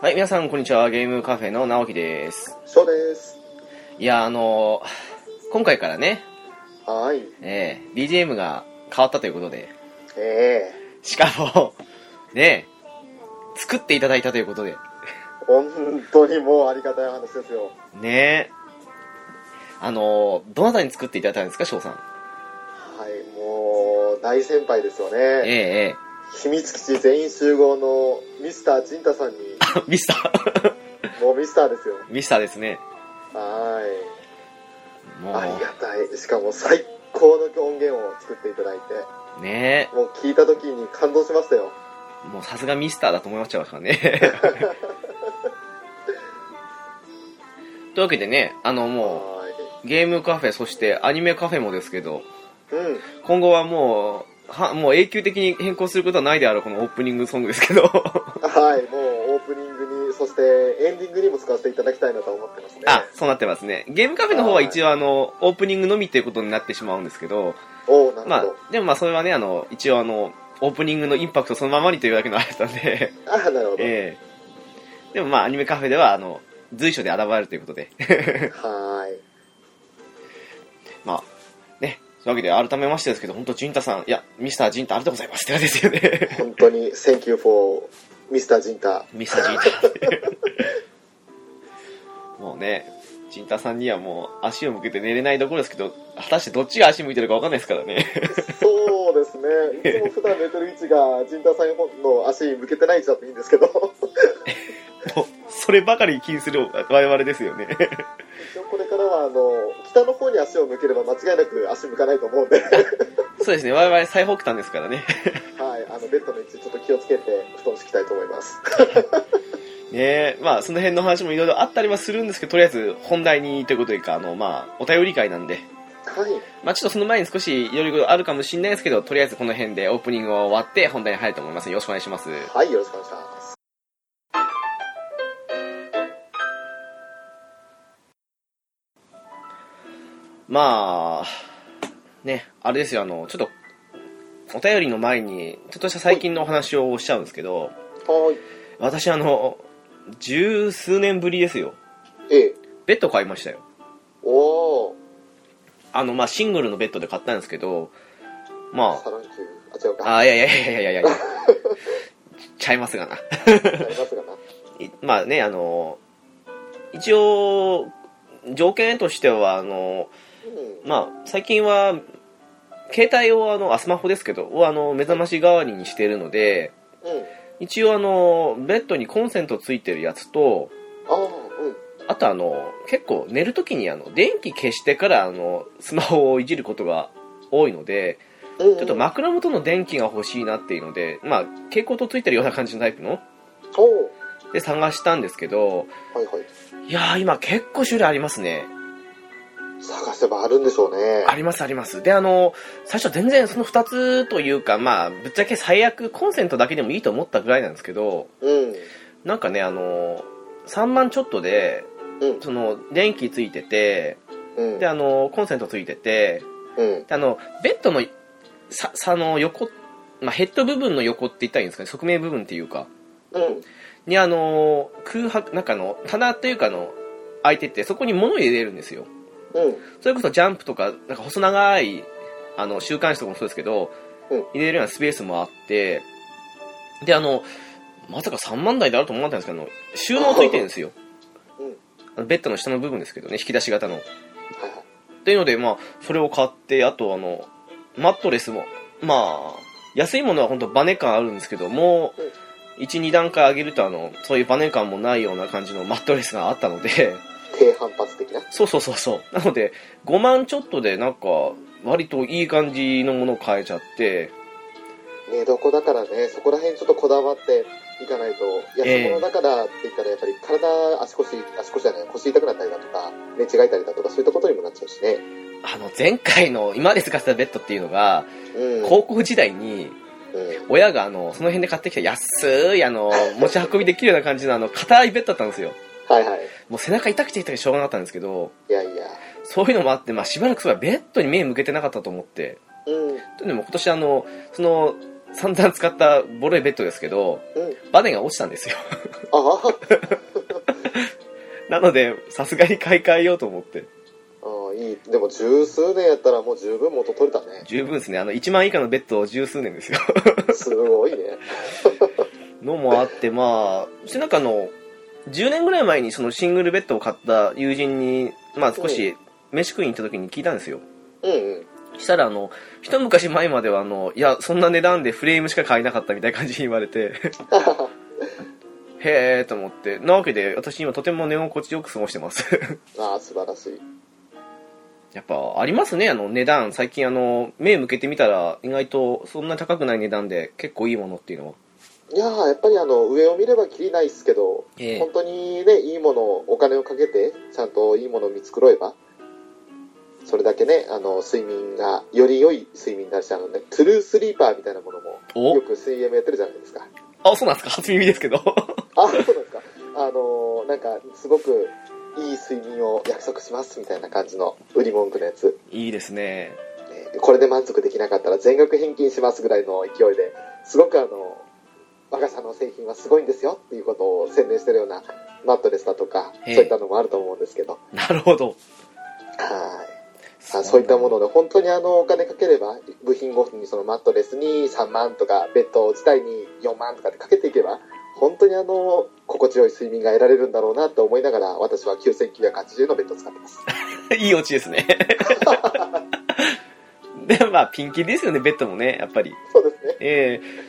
はい、皆さん、こんにちは。ゲームカフェの直樹です。そうです。いや、あの今回からね、はい。えー BGM が変わったということで、ええしかも、ね、作っていただいたということで、本当にもうありがたい話ですよ。ね、あのどなたに作っていただいたんですか、翔さん。はい、もう大先輩ですよえね。ええ 秘密基地全員集合のミスタージンタさんに、えミスター、 もうミスターですよ。ミスターですね。はい。もありがたい。しかも最高の音源を作っていただいて、う、ね、もう聞いた時に感動しましたよ。もうさすがミスターだと思いましたからね。というわけでね、あのもはう、ゲームカフェ、そしてアニメカフェもですけど、い。うん。今後はもう、は、もう永久的に変更することはないであろう、このオープニングソングですけど。はい、もうオープニングに、そしてエンディングにも使わせていただきたいなと思ってますね。あ、そうなってますね。ゲームカフェの方は一応あの、オープニングのみっていうことになってしまうんですけど、おおなるほど。まあ、でもまあそれはね、あの、一応あの、オープニングのインパクトそのままにというだけのあれなんで、あ、なるほど。ええでもまあアニメカフェではあの、随所で現れるということで、はい。まあ、ね、そういうわけで改めましてですけど、本当ジンタさん、いや、ミスタージンタありがとうございますって感じですよね。本当に「Thank you for Mr. ジンタミスタージンタってもうねジンタさんにはもう足を向けて寝れないところですけど果たしてどっちが足向いてるか分かんないですからね」そうですねいつも普段寝てる位置がジンタさんの足向けてない位置だといいんですけどもうそればかり気にする我々ですよね一応これからはあの北の方に足を向ければ間違いなく足向かないと思うんで、はい、そうですね我々最北端ですからねあのベッドの位置ちょっと気をつけて布団敷きたいと思いますねえまあその辺の話もいろいろあったりはするんですけどとりあえず本題にということでかあのまあお便り会なんではいまあちょっとその前に少しいろいろあるかもしれないですけどとりあえずこの辺でオープニングを終わって本題に入ると思いますよろしくお願いしますはいよろしくお願いしますまあ、ね、あれですよ、あの、ちょっと、お便りの前に、ちょっとした最近のお話をしちゃうんですけど、はい私、あの、十数年ぶりですよ。ええベッド買いましたよ。おおあの、まあ、シングルのベッドで買ったんですけど、ま39あ違うあ、かあ、いやいやいやいやいやいやちゃいますがな。ありますがないまあね、あの、一応、条件としては、あの、うんまあ、最近は、携帯をあの、あ、スマホですけど、をあの、目覚まし代わりにしているので、うん一応あの、ベッドにコンセントついてるやつと、ああうんあとあの、結構寝るときにあの、電気消してからあの、スマホをいじることが多いので、うんちょっと枕元の電気が欲しいなっていうので、まあ、蛍光灯ついてるような感じのタイプのおおで探したんですけど、はいはいいやー今結構種類ありますね。探せばあるんでしょうねありますあります。で、あの、最初全然その2つというか、まあ、ぶっちゃけ最悪コンセントだけでもいいと思ったぐらいなんですけど、うんなんかね、あの、3万ちょっとで、うんその、電気ついてて、うんで、あの、コンセントついてて、うんであの、ベッドの、さ、さの横、まあ、ヘッド部分の横って言ったらいいんですかね、側面部分っていうか、うんにあの、空白、なんかあの、棚というかあの、開いてて、そこに物を入れるんですよ。うんそれこそジャンプとか、なんか細長い、あの、週刊誌とかもそうですけど、うん入れるようなスペースもあって、で、あの、まさか3万台であると思わなかったんですけど、あの収納ついてるんで すよ。うんあのベッドの下の部分ですけどね、引き出し型の。はいはいっていうので、まあ、それを買って、あと、あの、マットレスも、まあ、安いものは本当バネ感あるんですけども、1、2段階上げると、あの、そういうバネ感もないような感じのマットレスがあったので、低反発的なそうそうそうそう。なので、5万ちょっとで、なんか、割といい感じのものを買えちゃって、寝床だからねそこら辺ちょっとこだわっていかないとええ安物だからって言ったらやっぱり体足腰足腰じゃない腰痛くなったりだとか寝違えたりだとかそういったことにもなっちゃうしねあの、前回の、今まで使ってたベッドっていうのが、うん高校時代に、うん親が、あの、その辺で買ってきた安い、あの、持ち運びできるような感じの、あの、硬いベッドだったんですよ。はいはいもう背中痛くて痛くてしょうがなかったんですけど、いやいやそういうのもあって、まあ、しばらくそれはベッドに目向けてなかったと思って。うんでも今年あの、その、散々使ったボロいベッドですけど、うん。バネが落ちたんですよ。 ああ、なので、さすがに買い替えようと思って。ああ、いい。でも十数年やったらもう十分元取れたね。十分ですね。あの、1万以下のベッドを十数年ですよ。 すごいね。のもあって、まあ、そしてなんかあの、10年ぐらい前にそのシングルベッドを買った友人に、まあ少し、飯食いに行った時に聞いたんですよ。うんうん。したらあの、一昔前まではあの、いや、そんな値段でフレームしか買えなかったみたいな感じに言われて、へーと思って。なわけで、私今とても寝心地よく過ごしてます。 ああ、素晴らしい。やっぱありますね、あの値段。最近あの、目向けてみたら意外とそんな高くない値段で結構いいものっていうのは。いやーやっぱりあの上を見ればきりないですけど、ええ本当にねいいものをお金をかけてちゃんといいものを見繕えばそれだけねあの睡眠がより良い睡眠になるしあの、ね、トゥルースリーパーみたいなものもよおく CM やってるじゃないですかあ、そうなんですか初耳ですけど。あそうなんですかあのーなんかすごくいい睡眠を約束しますみたいな感じの売り文句のやつ、いいですね。ねこれで満足できなかったら全額返金しますぐらいの勢いですごくあの我が社の製品はすごいんですよっていうことを宣伝してるようなマットレスだとかええそういったのもあると思うんですけどなるほど。はいあそういったもので本当にあのお金かければ部品ごとにそのマットレスに3万とかベッド自体に4万とかでかけていけば本当にあの心地よい睡眠が得られるんだろうなと思いながら私は9980のベッドを使ってますいいオチです ね。で、まあ、ピンキリですよね、ベッドもね、やっぱり。そうですねええ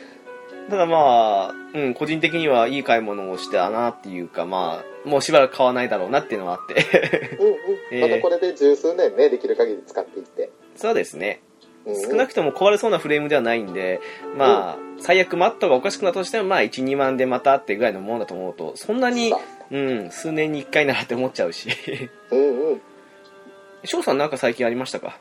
ただまあ、うん、個人的にはいい買い物をしたなっていうか、まあ、もうしばらく買わないだろうなっていうのはあって。 うんうんまえたえこれで十数年ねできる限り使っていってそうですね。うんうん少なくとも壊れそうなフレームではないんで、まあ、最悪マットがおかしくなったとしても、まあ、1、2万でまたってぐらいのものだと思うと、そんなにさ、うん、数年に1回ならって思っちゃうし。うんうん翔さんなんか最近ありましたか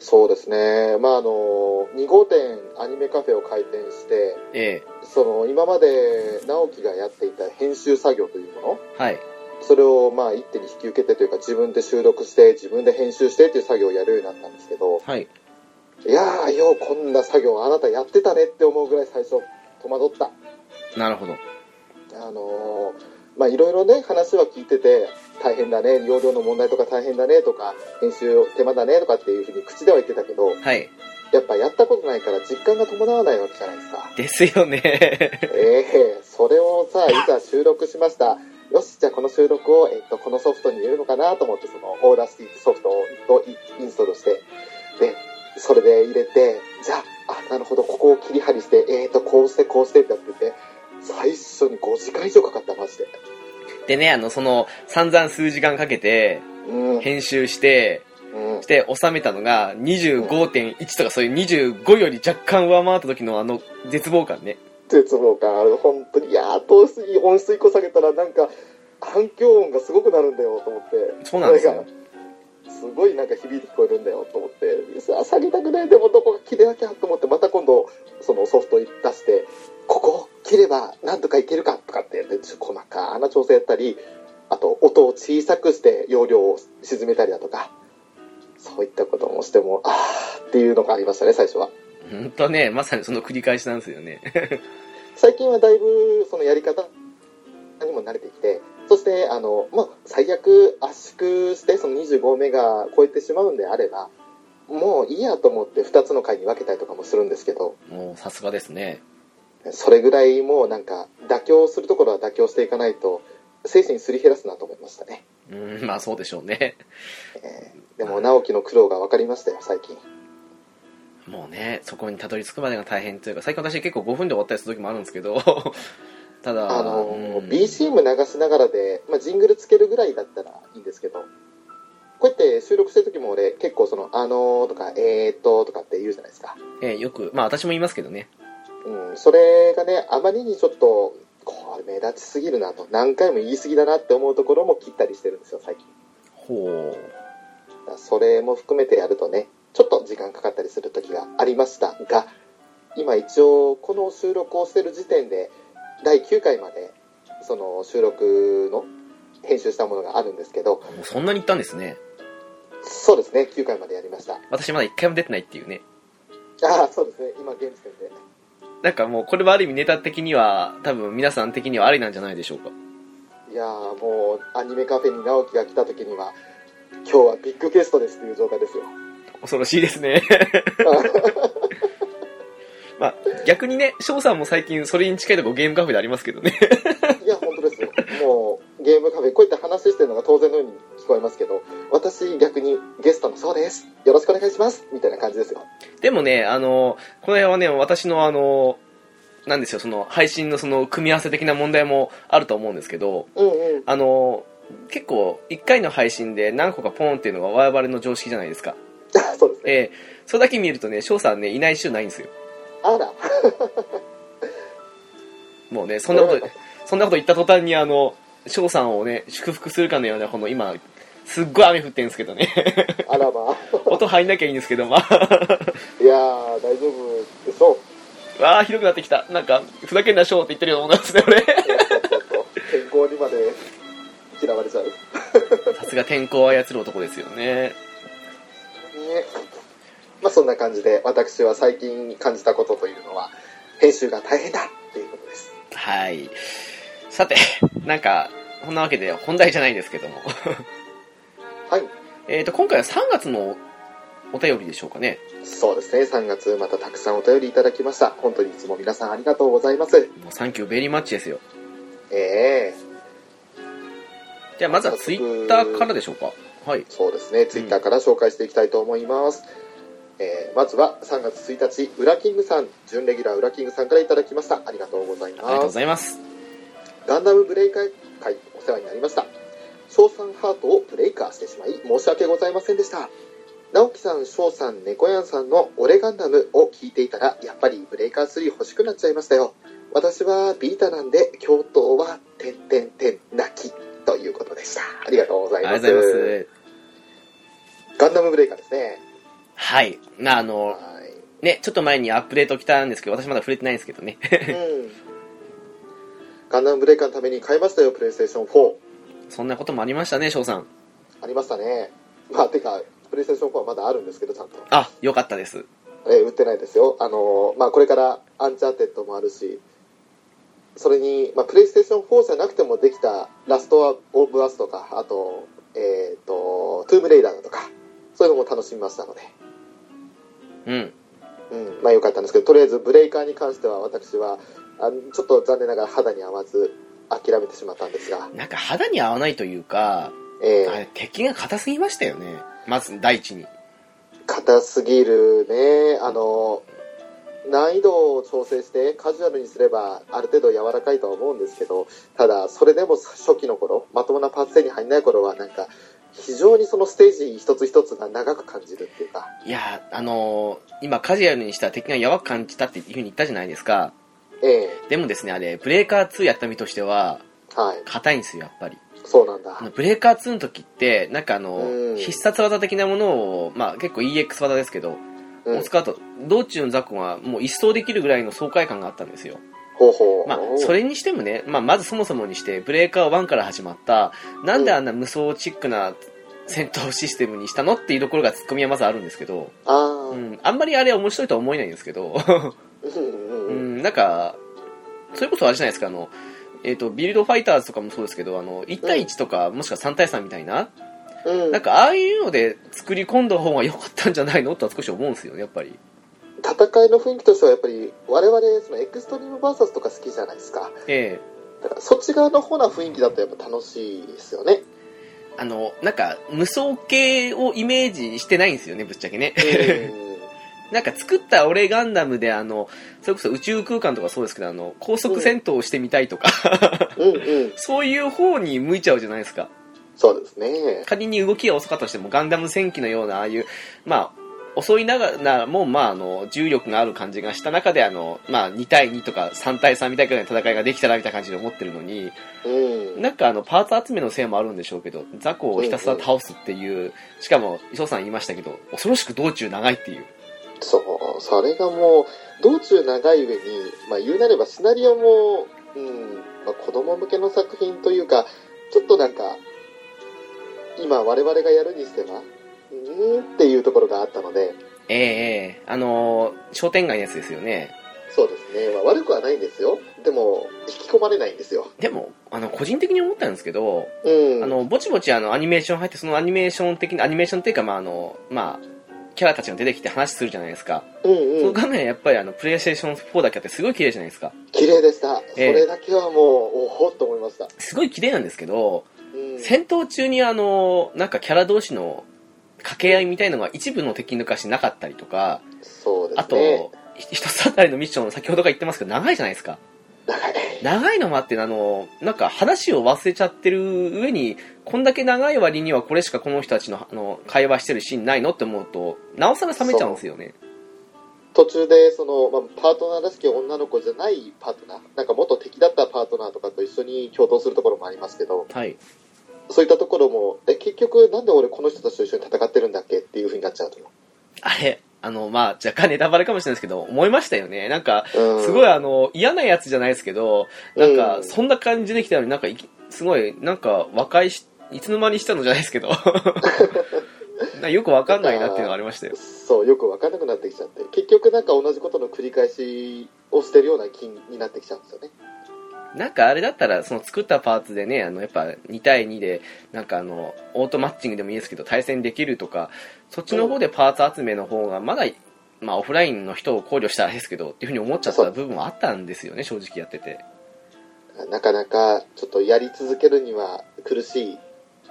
そうですね、まあ、あの2号店アニメカフェを開店してえその今まで直樹がやっていた編集作業というものえはい。それをまあ一手に引き受けてというか自分で収録して自分で編集してっていう作業をやるようになったんですけどはい。いやーようこんな作業あなたやってたねって思うぐらい最初戸惑ったなるほど。あのーまあいろいろね話は聞いてて大変だね容量の問題とか大変だねとか編集手間だねとかっていうふうに口では言ってたけどはい。やっぱやったことないから実感が伴わないわけじゃないですかですよね。ええそれをさいざ収録しましたよしじゃあこの収録を、えっと、このソフトに入れるのかなと思ってそのオーダーシティってソフトをインインストールしてでそれで入れてじゃああなるほどここを切り張りしてえっとこうしてこうしてってやってて最初に5時間以上かかったマジで でね、あの、その、散々数時間かけて、うん、編集して、うんして、収めたのが、25.1とかそういう25より若干上回った時のあの、絶望感ね。絶望感ある本当にいやー糖質音質1個下げたらなんか反響音がすごくなるんだよと思ってそうなんですよ。すごいなんか響いて聞こえるんだよと思ってさあ下げたくないでもどこか切れなきゃと思ってまた今度そのソフトに出してここ切ればなんとかいけるかとかってでちょ細かな調整やったりあと音を小さくして容量を沈めたりだとかそういったこともしてもああっていうのがありましたね最初はほんとね、まさにその繰り返しなんですよね。最近はだいぶそのやり方にも慣れてきてそしてあの、まあ、最悪圧縮してその25メガ超えてしまうんであればもういいやと思って2つの回に分けたりとかもするんですけど もう、さすがですね。それぐらいもうなんか妥協するところは妥協していかないと精神すり減らすなと思いましたね、うん、まあそうでしょうね。えーでも直樹の苦労が分かりましたよ最近もうね、そこにたどり着くまでが大変というか、最近私結構5分で終わったりする時もあるんですけ ど、ただ、あの、うん BCM 流しながらで、まあ、ジングルつけるぐらいだったらいいんですけど、こうやって収録してる時も俺、結構その、あのーとか、えーっととかって言うじゃないですか。えーよく、まあ私も言いますけどね。うん、それがね、あまりにちょっと、これ目立ちすぎるなと、何回も言い過ぎだなって思うところも切ったりしてるんですよ、最近。ほう。だからそれも含めてやるとね、ちょっと時間かかったりする時がありましたが、今一応、この収録をしてる時点で、第9回まで、その収録の編集したものがあるんですけど、もうそんなに行ったんですね。そうですね、9回までやりました。私まだ一回も出てないっていうね。ああ、そうですね、今現時点で。なんかもうこれはある意味ネタ的には多分皆さん的にはありなんじゃないでしょうかいやーもうアニメカフェに直樹が来た時には今日はビッグゲストですっていう状態ですよ恐ろしいですねまあ逆にね翔さんも最近それに近いとこゲームカフェでありますけどねいや本当ですよもうゲームカフェこういった話してるのが当然のように聞こえますけど私逆にゲストもそうですよろしくお願いしますみたいな感じですよでもねあのこの辺はね私のあのなんですよその配信のその組み合わせ的な問題もあると思うんですけどうんうんあの結構1回の配信で何個かポンっていうのが我々の常識じゃないですかあそうですねええそれだけ見るとね翔さんねいない週ないんですよあらもうねそんなことそんなこと言った途端にあの翔さんをね祝福するかのようなこの今すっごい雨降ってるんですけどね あらまあ 音入んなきゃいいんですけどまあ いやー大丈夫でしょうわあひどくなってきたなんかふざけんな翔って言ってるようなもんなんですね俺 健康にまで嫌われちゃうねさすが天候を操る男ですよねまあそんな感じで私は最近感じたことというのは編集が大変だっていうことですはいさてなんかこんなわけで本題じゃないんですけども はいえっと今回は3月のお便りでしょうかねそうですね3月またたくさんお便りいただきました本当にいつも皆さんありがとうございますもうサンキューベリーマッチですよええじゃあまずはツイッターからでしょうかはいそうですねツイッターから紹介していきたいと思います、えーまずは3月1日ウラキングさん準レギュラーウラキングさんからいただきましたありがとうございありがとうまごすざいますガンダムブレイカー会お世話になりました翔さんハートをブレイカーしてしまい申し訳ございませんでした直樹さん翔さん猫やんさんの「俺ガンダム」を聞いていたらやっぱりブレイカー3欲しくなっちゃいましたよ私はビータなんで教頭は「てんてんてん泣き」ということでしたありがとうござあいりがまとうすございますガンダムブレイカーですねはいなあのはい ねちょっと前にアップデート来たんですけど私まだ触れてないんですけどね うんガンダムブレイカーのために買いましたよプレイステーション4そんなこともありましたね翔さんありましたねまあてかプレイステーション4はまだあるんですけどちゃんとあよかったですえー売ってないですよ、あのーまあ、これからアンチャーテッドもあるしそれに、まあ、プレイステーション4じゃなくてもできたラストオブアスとかあと,、えー、とトゥームレイダーとかそういうのも楽しみましたので、うんうんまあ、よかったんですけどとりあえずブレイカーに関しては私はあのちょっと残念ながら肌に合わず諦めてしまったんですが、なんか肌に合わないというかえーあれ敵が硬すぎましたよねまず第一に硬すぎるねあの難易度を調整してカジュアルにすればある程度柔らかいとは思うんですけどただそれでも初期の頃まともなパーツ手に入んない頃はなんか非常にそのステージ一つ一つが長く感じるっていうかいやーあのー今カジュアルにしたら敵がやばく感じたっていうふうに言ったじゃないですかええでもですねあれブレーカー2やった身としてははい硬いんですよやっぱりそうなんあだのブレーカー2の時ってなんかあの、うん必殺技的なものをまあ結構 EX 技ですけど、うんを使うと道中の雑魚がもう一掃できるぐらいの爽快感があったんですよ方法まあ、それにしてもね、まあ、まずそもそもにして、ブレーカー1から始まった、なんであんな無双チックな戦闘システムにしたのっていうところがツッコミはまずあるんですけど、ああううんん、あんまりあれは面白いとは思えないんですけ ど、ううんうんん、なんか、それこそあれじゃないですか、あの、えっ、と、ビルドファイターズとかもそうですけど、あの、1対1とか、もしくは3対3みたいな、うんなんかああいうので作り込んだ方が良かったんじゃないのとは少し思うんですよね、やっぱり。戦いの雰囲気としてはやっぱり我々そのエクストリーム VS とか好きじゃないですかええだからそっち側の方な雰囲気だとやっぱ楽しいですよねあの、なんか、無双系をイメージしてないんですよね、ぶっちゃけね。うなんか作った俺ガンダムであの、それこそ宇宙空間とかそうですけど、あの、高速戦闘をしてみたいとか、んうんうん、そういう方に向いちゃうじゃないですか。そうですね。仮に動きが遅かったとしても、ガンダム戦機のような、ああいう、まあ、襲いながらも、まあ、あの、重力がある感じがした中で、あの、まあ、2対2とか3対3みたいな戦いができたらみたいな感じで思ってるのに、うん。なんかあの、パーツ集めのせいもあるんでしょうけど、雑魚をひたすら倒すっていう、しかも、磯さん言いましたけど、恐ろしく道中長いっていう。そう、それがもう、道中長い上に、まあ言うなればシナリオも、うん、まあ、子供向けの作品というか、ちょっとなんか、今我々がやるにしては、うーんっていうところがあったので、ええええあのー商店街のやつですよね。そうですね、まあ、悪くはないんですよでも引き込まれないんですよでもあの個人的に思ったんですけど、うんあのぼちぼちあのアニメーション入ってそのアニメーション的なアニメーションっていうかまああのまあキャラたちが出てきて話するじゃないですか、うんそうのん画面やっぱりあのプレイステーション4だけあってすごい綺麗じゃないですか綺麗でした、そええれだけはもうおほっと思いました、すごい綺麗なんですけどうん、戦闘中にあのなんかキャラ同士の掛け合いみたいのが一部の敵抜かしなかったりとかそうであすねとひ一つあたりのミッション先ほどから言ってますけど長いじゃないですか長い長いのもあってあのなんか話を忘れちゃってる上にこんだけ長い割にはこれしかこの人たちのあの会話してるシーンないのって思うとなおさら冷めちゃうんですよね途中でその、まあ、パートナーらしき女の子じゃないパートナーなんか元敵だったパートナーとかと一緒に共闘するところもありますけどはいそういったところもえ結局なんで俺この人たちと一緒に戦ってるんだっけっていうふうになっちゃうと思あれあのまあ若干ネタバレかもしれないですけど思いましたよねなんかう、うん、すごいあの嫌なやつじゃないですけどなんうかんそんな感じできたのになんかいきすごいなんか和解しいつの間にしたのじゃないですけ どなんかよくわかんないなっていうのがありましたよそうよく分かんなくなってきちゃって結局なんか同じことの繰り返しをしてるような気になってきちゃうんですよねなんかあれだったらその作ったパーツでねあのやっぱ2対2でなんかあのオートマッチングでもいいですけど対戦できるとかそっちの方でパーツ集めの方がまだ、まあ、オフラインの人を考慮したらあれですけどっていうふうに思っちゃった部分はあったんですよね正直やっててなかなかちょっとやり続けるには苦しいっ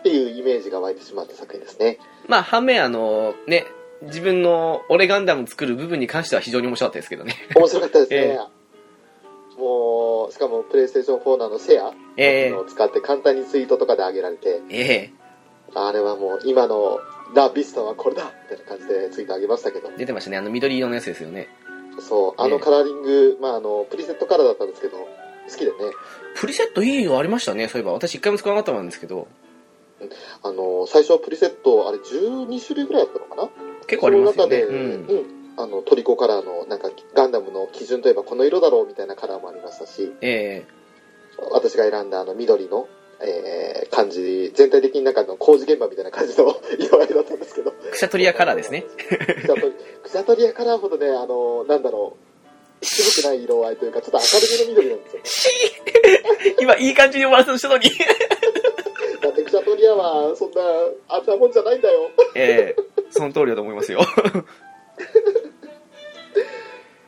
ていうイメージが湧いてしまった作品です ねまあ反面あのね自分の俺ガンダム作る部分に関しては非常に面白かったですけどね面白かったですね、えもうしかもプレイステーション4のあのシェア ええを使って簡単にツイートとかで上げられて、ええあれはもう今のラ・ビスタはこれだみたいな感じでツイート上げましたけど出てましたねあの緑色のやつですよねそうあのカラーリング、まあ、あのプリセットカラーだったんですけど好きでねプリセットいいのありましたねそういえば私一回も使わなかったんですけどあの最初はプリセットあれ12種類ぐらいだったのかな結構ありますよねその中で、うんうんあのトリコカラーのなんかガンダムの基準といえばこの色だろうみたいなカラーもありましたしええ私が選んだあの緑の、えー感じ全体的になんかあの工事現場みたいな感じの 色合いだったんですけどクシャトリアカラーですねクシャトリクシャトリアカラーほどねあのなんだろう渋くない色合いというかちょっと明るめの緑なんです 今いい感じに終わらせとしたのによだってクシャトリアはそんなあんなもんじゃないんだよ ええその通りだと思います よ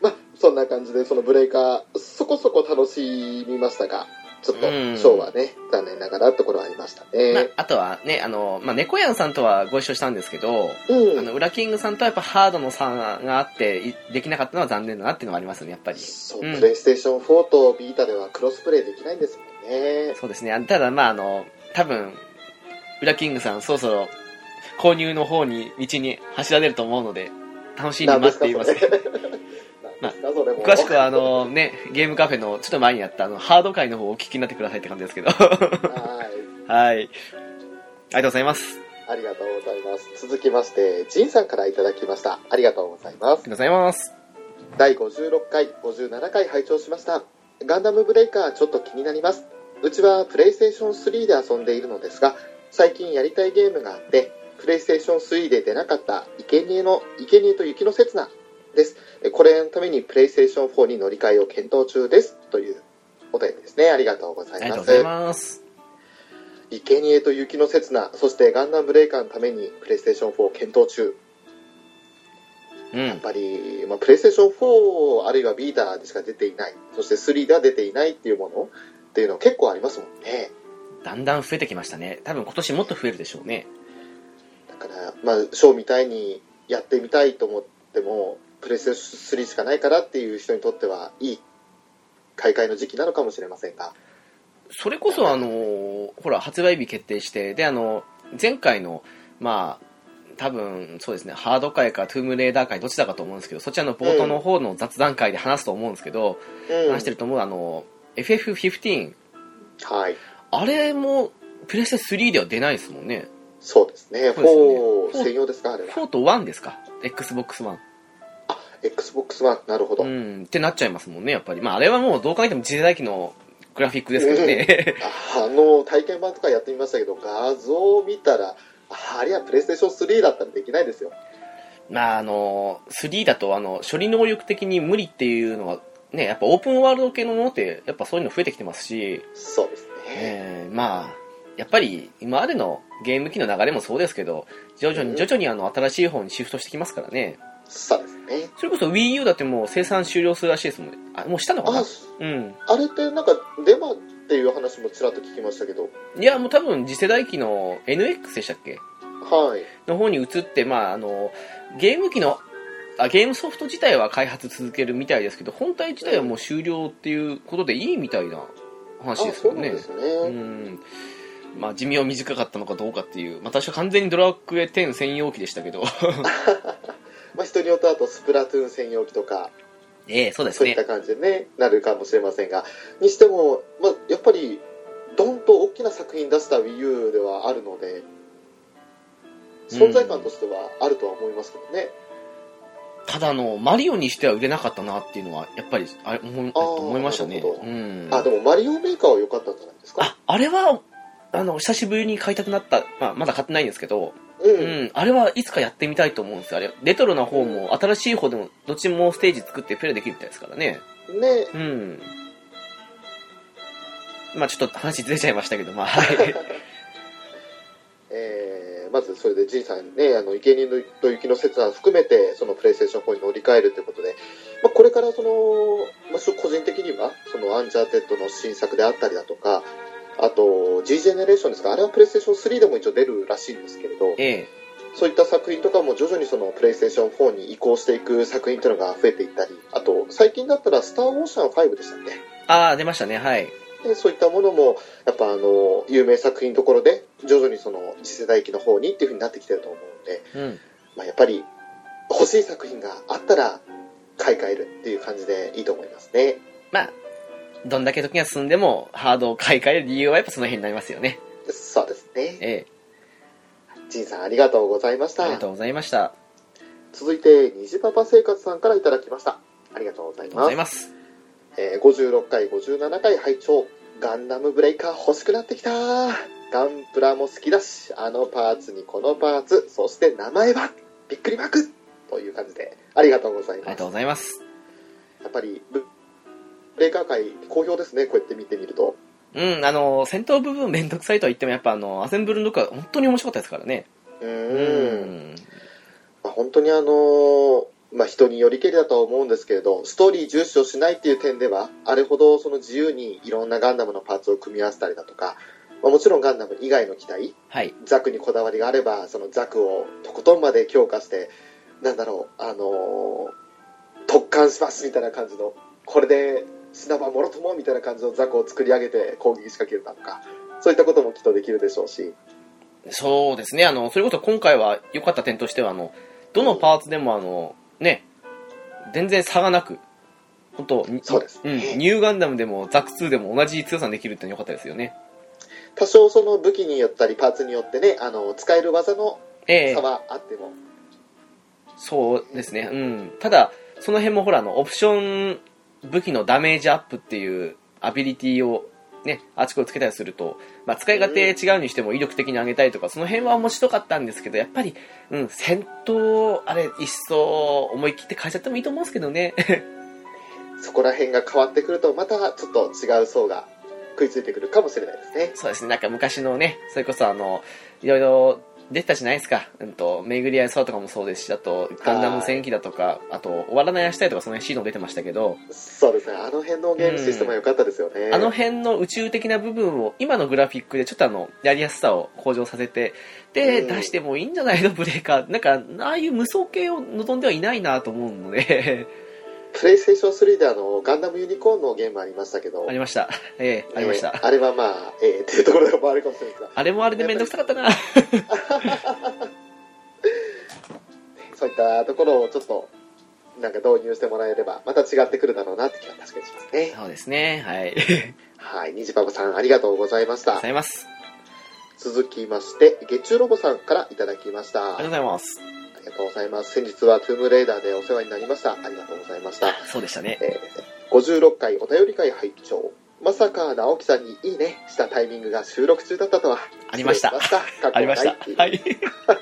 まあそんな感じでそのブレイカーそこそこ楽しみましたがちょっとうんショーはね残念ながらところはありましたまあね、あとはねあの、まあ、猫やんさんとはご一緒したんですけどうんあのウラキングさんとはやっぱハードの差があっていできなかったのは残念だなっていうのはありますねやっぱりそう、うんプレイステーション4とビータではクロスプレイできないんですもんねそうですね。あただ、まあ、あの、多分、ウラキングさん、そろそろ、購入の方に、道に走られると思うので、楽しみに待っています。なんですかそれなんですかそれも詳しくは、あの、ね、ゲームカフェの、ちょっと前にやった、あの、ハード界の方をお聞きになってくださいって感じですけど。 ははい。いありがとうございます。ありがとうございます続きましてジンさんからいただきましたありがとうございあますりがとうございます。第56回57回拝聴しましたガンダムブレイカーちょっと気になりますうちはプレイステーション3で遊んでいるのですが最近やりたいゲームがあってプレイステーション3で出なかった生贄の生贄と雪の刹那ですえこれのためにプレイステーション4に乗り換えを検討中ですというお便りですねありがとうござあいりがとまうごすざいます。生贄と雪の刹那そしてガンダムブレイカーのためにプレイステーション4を検討中うやっん。ぱり、まあ、プレイステーション4あるいはビータでしか出ていないそして3では出ていないっていうものっていうのは結構ありますもんねだんだん増えてきましたね。多分今年もっと増えるでしょうね。だから、まあ、ショーみたいにやってみたいと思ってもプレイステーション3しかないからっていう人にとってはいい買い替えの時期なのかもしれませんがそれこそあのほら発売日決定してであの前回のまあ多分そうですねハード界かトゥームレーダー界どちらかと思うんですけどそちらの冒頭の方の雑談会で話すと思うんですけど、うん話してると思うあの FF15 はいあれもプレステ3では出ないですもんねそうですねそうですよね4専用ですかあれは4と1ですか XBOX1 XBOX はなるほど、うんってなっちゃいますもんねやっぱりまああれはもうどう考えても次世代機のグラフィックですけどねあの体験版とかやってみましたけど画像を見たらあれはプレイステーション3だったらできないですよまああの3だとあの処理能力的に無理っていうのはね、やっぱオープンワールド系のものって、やっぱそういうの増えてきてますし、そうですね。えーまあ、やっぱり今までのゲーム機の流れもそうですけど、徐々に徐々にあの新しい方にシフトしてきますからね。そうですね。それこそ Wii U だってもう生産終了するらしいですもんね。あ、もうしたのかなあ、うん。あれってなんかデマっていう話もちらっと聞きましたけど、いや、もう多分次世代機の NX でしたっけはい。の方に移って、まあ、あの、ゲーム機の、あ、ゲームソフト自体は開発続けるみたいですけど、本体自体はもう終了っていうことでいいみたいなあ、話ですそようなんねで。すね。うんまあ、寿命短かったのかどうかっていう、まあ、私は完全にドラクエ10専用機でした けど、まあ人によってはあとスプラトゥーン専用機とか、ええそうでそういった感じでね、なるかもしれませんが、にしても、まあ、やっぱり、ドンと大きな作品出した Wii U ではあるので、存在感としてはあるとは思いますけどね。ただあの、マリオにしては売れなかったなっていうのは、やっぱりあれ思いあー思いましたねなるほ。どうん、あ、でもマリオメーカーは良かったんじゃないですか。ああれはあの、久しぶりに買いたくなった、まあ、まだ買ってないんですけど、う。うんん、あれはいつかやってみたいと思うんですよ。あれ、レトロな方も、新しい方でも、どっちもステージ作ってプレイできるみたいですからね。ねうん。まあちょっと話ずれちゃいましたけど、まあ、 はい。えーまずそれでじいさんね、あの、芸人と雪の切断含めて、そのプレイステーション4に乗り換えるということで、まあ、これからその、まあ、しょ個人的には、そのアンジャーテッドの新作であったりだとか、あと、G ジェネレーションですか、あれはプレイステーション3でも一応出るらしいんですけれど、ええ。そういった作品とかも徐々にそのプレイステーション4に移行していく作品というのが増えていったり、あと、最近だったら、スターオーシャン5でしたっけああ、出ましたね、はい。でそういったものもやっぱあの有名作品のところで徐々にその次世代機の方にっていう風になってきてると思うんで、うん。まあ、やっぱり欲しい作品があったら買い替えるっていう感じでいいと思いますねまあ、どんだけ時が進んでも、ハードを買い替える理由はやっぱその辺になりますよね。そうですねええ。ジンさんありがとうございましありがたとうございました。あ続いて虹パパ生活さんからいただきましたありがとうござりいがとうまごすざいます。えー56回57回拝聴ガンダムブレイカー欲しくなってきたガンプラも好きだしあのパーツにこのパーツそして名前はびっくりマークという感じでありがとうござあいりまがすとうございます。やっぱりブブレイカー界好評ですねこうやって見てみるとうん、あの、戦闘部分めんどくさいとは言っても、やっぱあの、アセンブルのとこは本当に面白かったですからね。ううーん、まあ、本当にあのーまあ、人によりけりだとは思うんですけれどストーリー重視をしないっていう点ではあれほどその自由にいろんなガンダムのパーツを組み合わせたりだとか、まあ、もちろんガンダム以外の機体はい。ザクにこだわりがあればそのザクをとことんまで強化してなんだろうあのー特艦しますみたいな感じのこれで死なばもろともみたいな感じのザクを作り上げて攻撃仕掛けるだとかそういったこともきっとできるでしょうしそうですね、あの、それこそ今回は良かった点としては、あの、どのパーツでもあの、ね、全然差がなく、本当にそうですん、ニューガンダムでもザク2でも同じ強さにできるっていうのは良かったですよね。多少その武器によったりパーツによってねあの使える技のええ差はあっても、そうですね、うん。ただ、その辺もほら、あの、オプション武器のダメージアップっていうアビリティをね、あちこちつけたりすると、まあ、使い勝手違うにしても威力的に上げたりとか、その辺は面白かったんですけど、やっぱり、うん、戦闘、あれ、一層思い切って変えちゃってもいいと思うんですけどね。 そこら辺が変わってくるとまたちょっと違う層が食いついてくるかもしれないですねそうですね、なんか昔のね、それこそあの、いろいろ出てたじゃないですか。うんと、巡り合い空とかもそうですし、あと、ガンダム戦記だとか、あと、終わらない明日へとかその辺シードも出てましたけど、そうですねあの辺のゲームシステムは良かったですよね、あの辺の宇宙的な部分を今のグラフィックでちょっとあの、やりやすさを向上させて、で、うん出してもいいんじゃないのブレーカー。なんか、ああいう無双系を望んではいないなと思うので、 プレイステーション3であのガンダムユニコーンのゲームありましたけどありました。ええありました。えーあれはまあ、えーっていうところもあるかもしれないですあれもあれでめんどくさかったな。がそういったところをちょっとなんか導入してもらえればまた違ってくるだろうなって気が確かにしますねそうですね、はい。ありがとはい虹パパさんありがとうございましうごたざいます。続きまして月中ロボさんからいただきましあたりがとうごありざいます。がとうございます先日はトゥームレイダーでお世話になりましたありがとうございましたそうでしたね。えー56回お便り会拝聴まさか直樹さんにいいねしたタイミングが収録中だったとはありました失礼しましたありました。過去ないっていうはい。ありが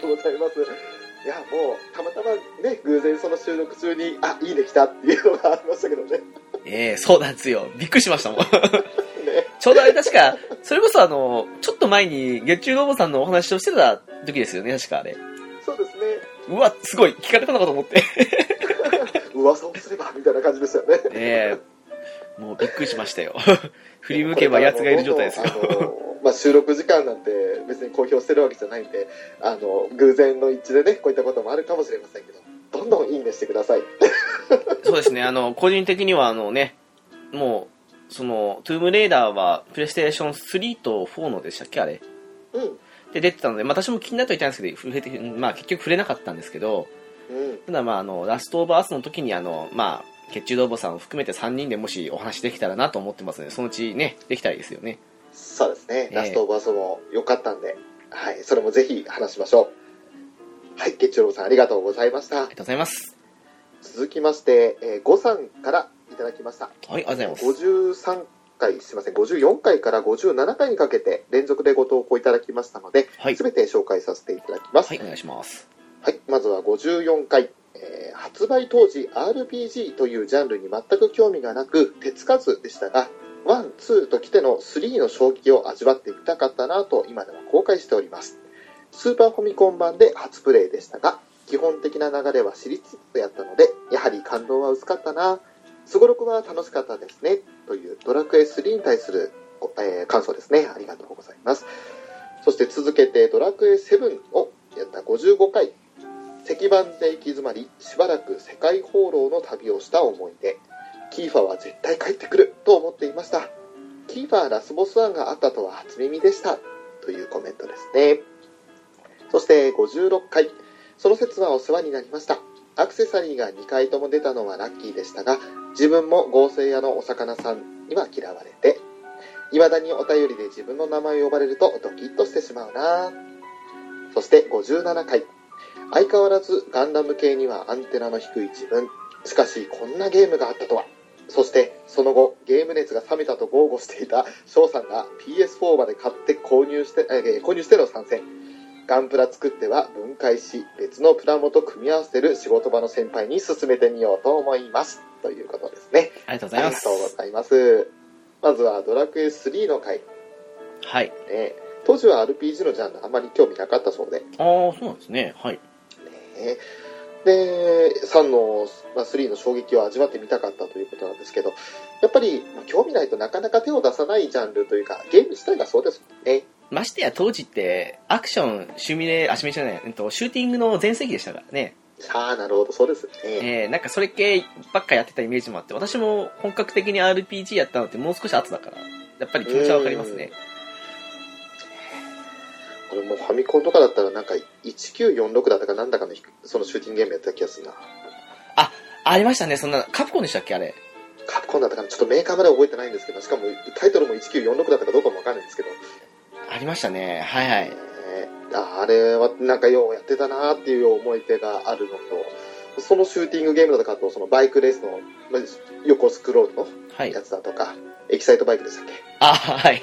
とうございます。いやもうたまたまね偶然その収録中にあいいね来たっていうのがありましたけどねねええそうなんですよ。びっくりしました もん。ちょうどあれ確か、それこそあの、ちょっと前に月中ロボさんのお話をしてた時ですよね、確かあれ。そうですねうわ、すごい、聞かれたのかと思って。噂をすればみたいな感じでしたよねええもうびっくりしました よ。振り向けば奴がいる状態ですよ。これからもどんどんあのまあ、収録時間なんて別に公表してるわけじゃないんであの偶然の一致でねこういったこともあるかもしれませんけどどんどんいいねしてくださいそうですね、あの、個人的にはあのね、もう、その、トゥームレイダーは、プレイステーション3と4のでしたっけ、あれ。うんうで、出てたので、まあ私も気になってはいたんですけど、触れて、まあ結局触れなかったんですけど、んただまああの、ラストオブアースの時にあの、まあ、血中泥棒さんを含めて3人でもしお話できたらなと思ってますので、そのうちね、できたらいいですよね。そうですね、ラストオブアスも良かったんで、はい、それもぜひ話しましょうはい月曜さんありがとうございましたありがとうございます。続きまして、えー、5さんからいただきましたはい、ありがとうございます。 53回すいません54回から57回にかけて連続でご投稿いただきましたので、はい全て紹介させていただきますはい、お願いします。はい、まずは54回、えー発売当時 RPG というジャンルに全く興味がなく手つかずでしたが1、2と来ての3の衝撃を味わってみたかったなと今では後悔しておりますスーパーファミコン版で初プレイでしたが基本的な流れは知りつつやったのでやはり感動は薄かったなすごろくは楽しかったですねというドラクエ3に対する、えー感想ですねありがとうございますそして続けてドラクエ7をやった55回石板で行き詰まりしばらく世界放浪の旅をした思い出キーファーは絶対帰ってくると思っていましたキーファーラスボス案があったとは初耳でしたというコメントですねそして56回その説はお世話になりましたアクセサリーが2回とも出たのはラッキーでしたが自分も合成屋のお魚さんには嫌われて未だにお便りで自分の名前を呼ばれるとドキッとしてしまうなそして57回相変わらずガンダム系にはアンテナの低い自分しかしこんなゲームがあったとはそしてその後ゲーム熱が冷めたと豪語していた翔さんが PS4 まで買って購入して、えー購入しての参戦ガンプラ作っては分解し別のプラモと組み合わせる仕事場の先輩に進めてみようと思いますということですねありがとうございありがますと。うございますまずは「ドラクエ3」の回はい。ね当時は RPG のジャンルあまり興味なかったそうでああ、そうなんですね。はい。ねで3の、まあ、3の衝撃を味わってみたかったということなんですけどやっぱり、まあ興味ないとなかなか手を出さないジャンルというかゲーム自体がそうですもんねましてや当時って、アクション、シミュレー、あ、シミュレーションじゃない、えっと、シューティングの全盛期でしたからね。ああなるほどそうですねえー、なんかそれ系ばっかやってたイメージもあって、私も本格的に RPG やったのってもう少し後だから、やっぱり気持ちはわかりますね。これもうファミコンとかだったらなんか1946だったかなんだかのそのシューティングゲームやってた気がするなありましたね、そんな、カプコンでしたっけ、あれ。カプコンだったかなちょっとメーカーまで覚えてないんですけどしかもタイトルも1946だったかどうかもわかんないんですけどありましたね、はいはい。ねああれはなんかようやってたなーっていう思い出があるのとそのシューティングゲームだとかあとそのバイクレースのまあ横スクロールのはいや。つだとか、エキサイトバイクでしたっけ あ、はい。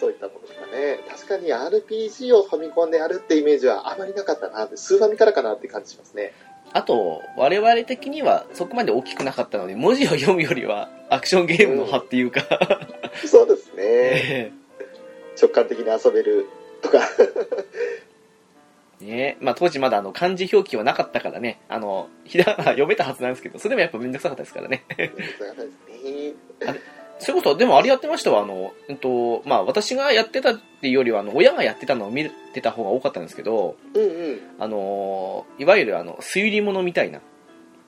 そういったものとかね確かに RPG をファミコンでやるってイメージはあまりなかったなってスーファミからかなって感じしますねあと、我々的にはそこまで大きくなかったので、文字を読むよりは、アクションゲームの派っていうか、そうです ねえ直感的に遊べると かーねまあ当時まだあの漢字表記はなかったからね、あの、ひらがな 読めたはずなんですけど、それでもやっぱめんどくさかったですからね。 そういうことですねそれこそ、でもあれやってましたわ、あの、えっと、まあ私がやってたっていうよりは、あの、親がやってたのを見てた方が多かったんですけど、うんうんあの、いわゆるあの、推理物みたいな、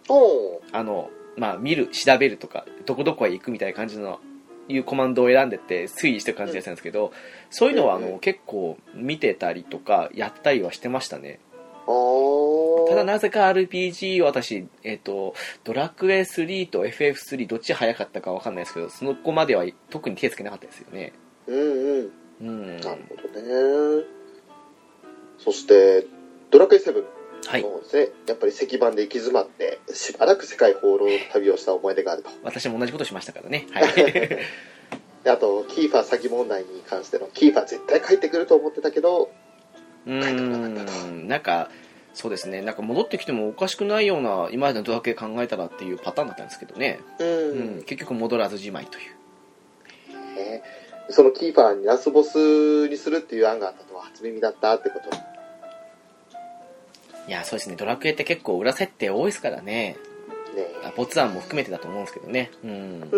おーあの、まあ見る、調べるとか、どこどこへ行くみたいな感じの、いうコマンドを選んでって推移してる感じでやってたんですけど、そういうのはあうんうの、結構見てたりとか、やったりはしてましたね。おーただなぜか RPG を私、えっ、と、ドラクエ3と FF3 どっち早かったかわかんないですけど、その子までは特に手つけなかったですよね。うんうんうん。なるほどね。そして、ドラクエ7はい。のですね、やっぱり石板で行き詰まって、しばらく世界放浪の旅をした思い出があると。私も同じことしましたからね。はい。 であと、キーファー詐欺問題に関しての、キーファー絶対帰ってくると思ってたけど、うーん。なんか、そうですねなんか戻ってきてもおかしくないような今までのドラクエ考えたらっていうパターンだったんですけどね、うんうん、結局戻らずじまいというねそのキーパーにラスボスにするっていう案があったのは初耳だったってこといやそうですねドラクエって結構裏設定多いですからねねあ没案も含めてだと思うんですけどね うん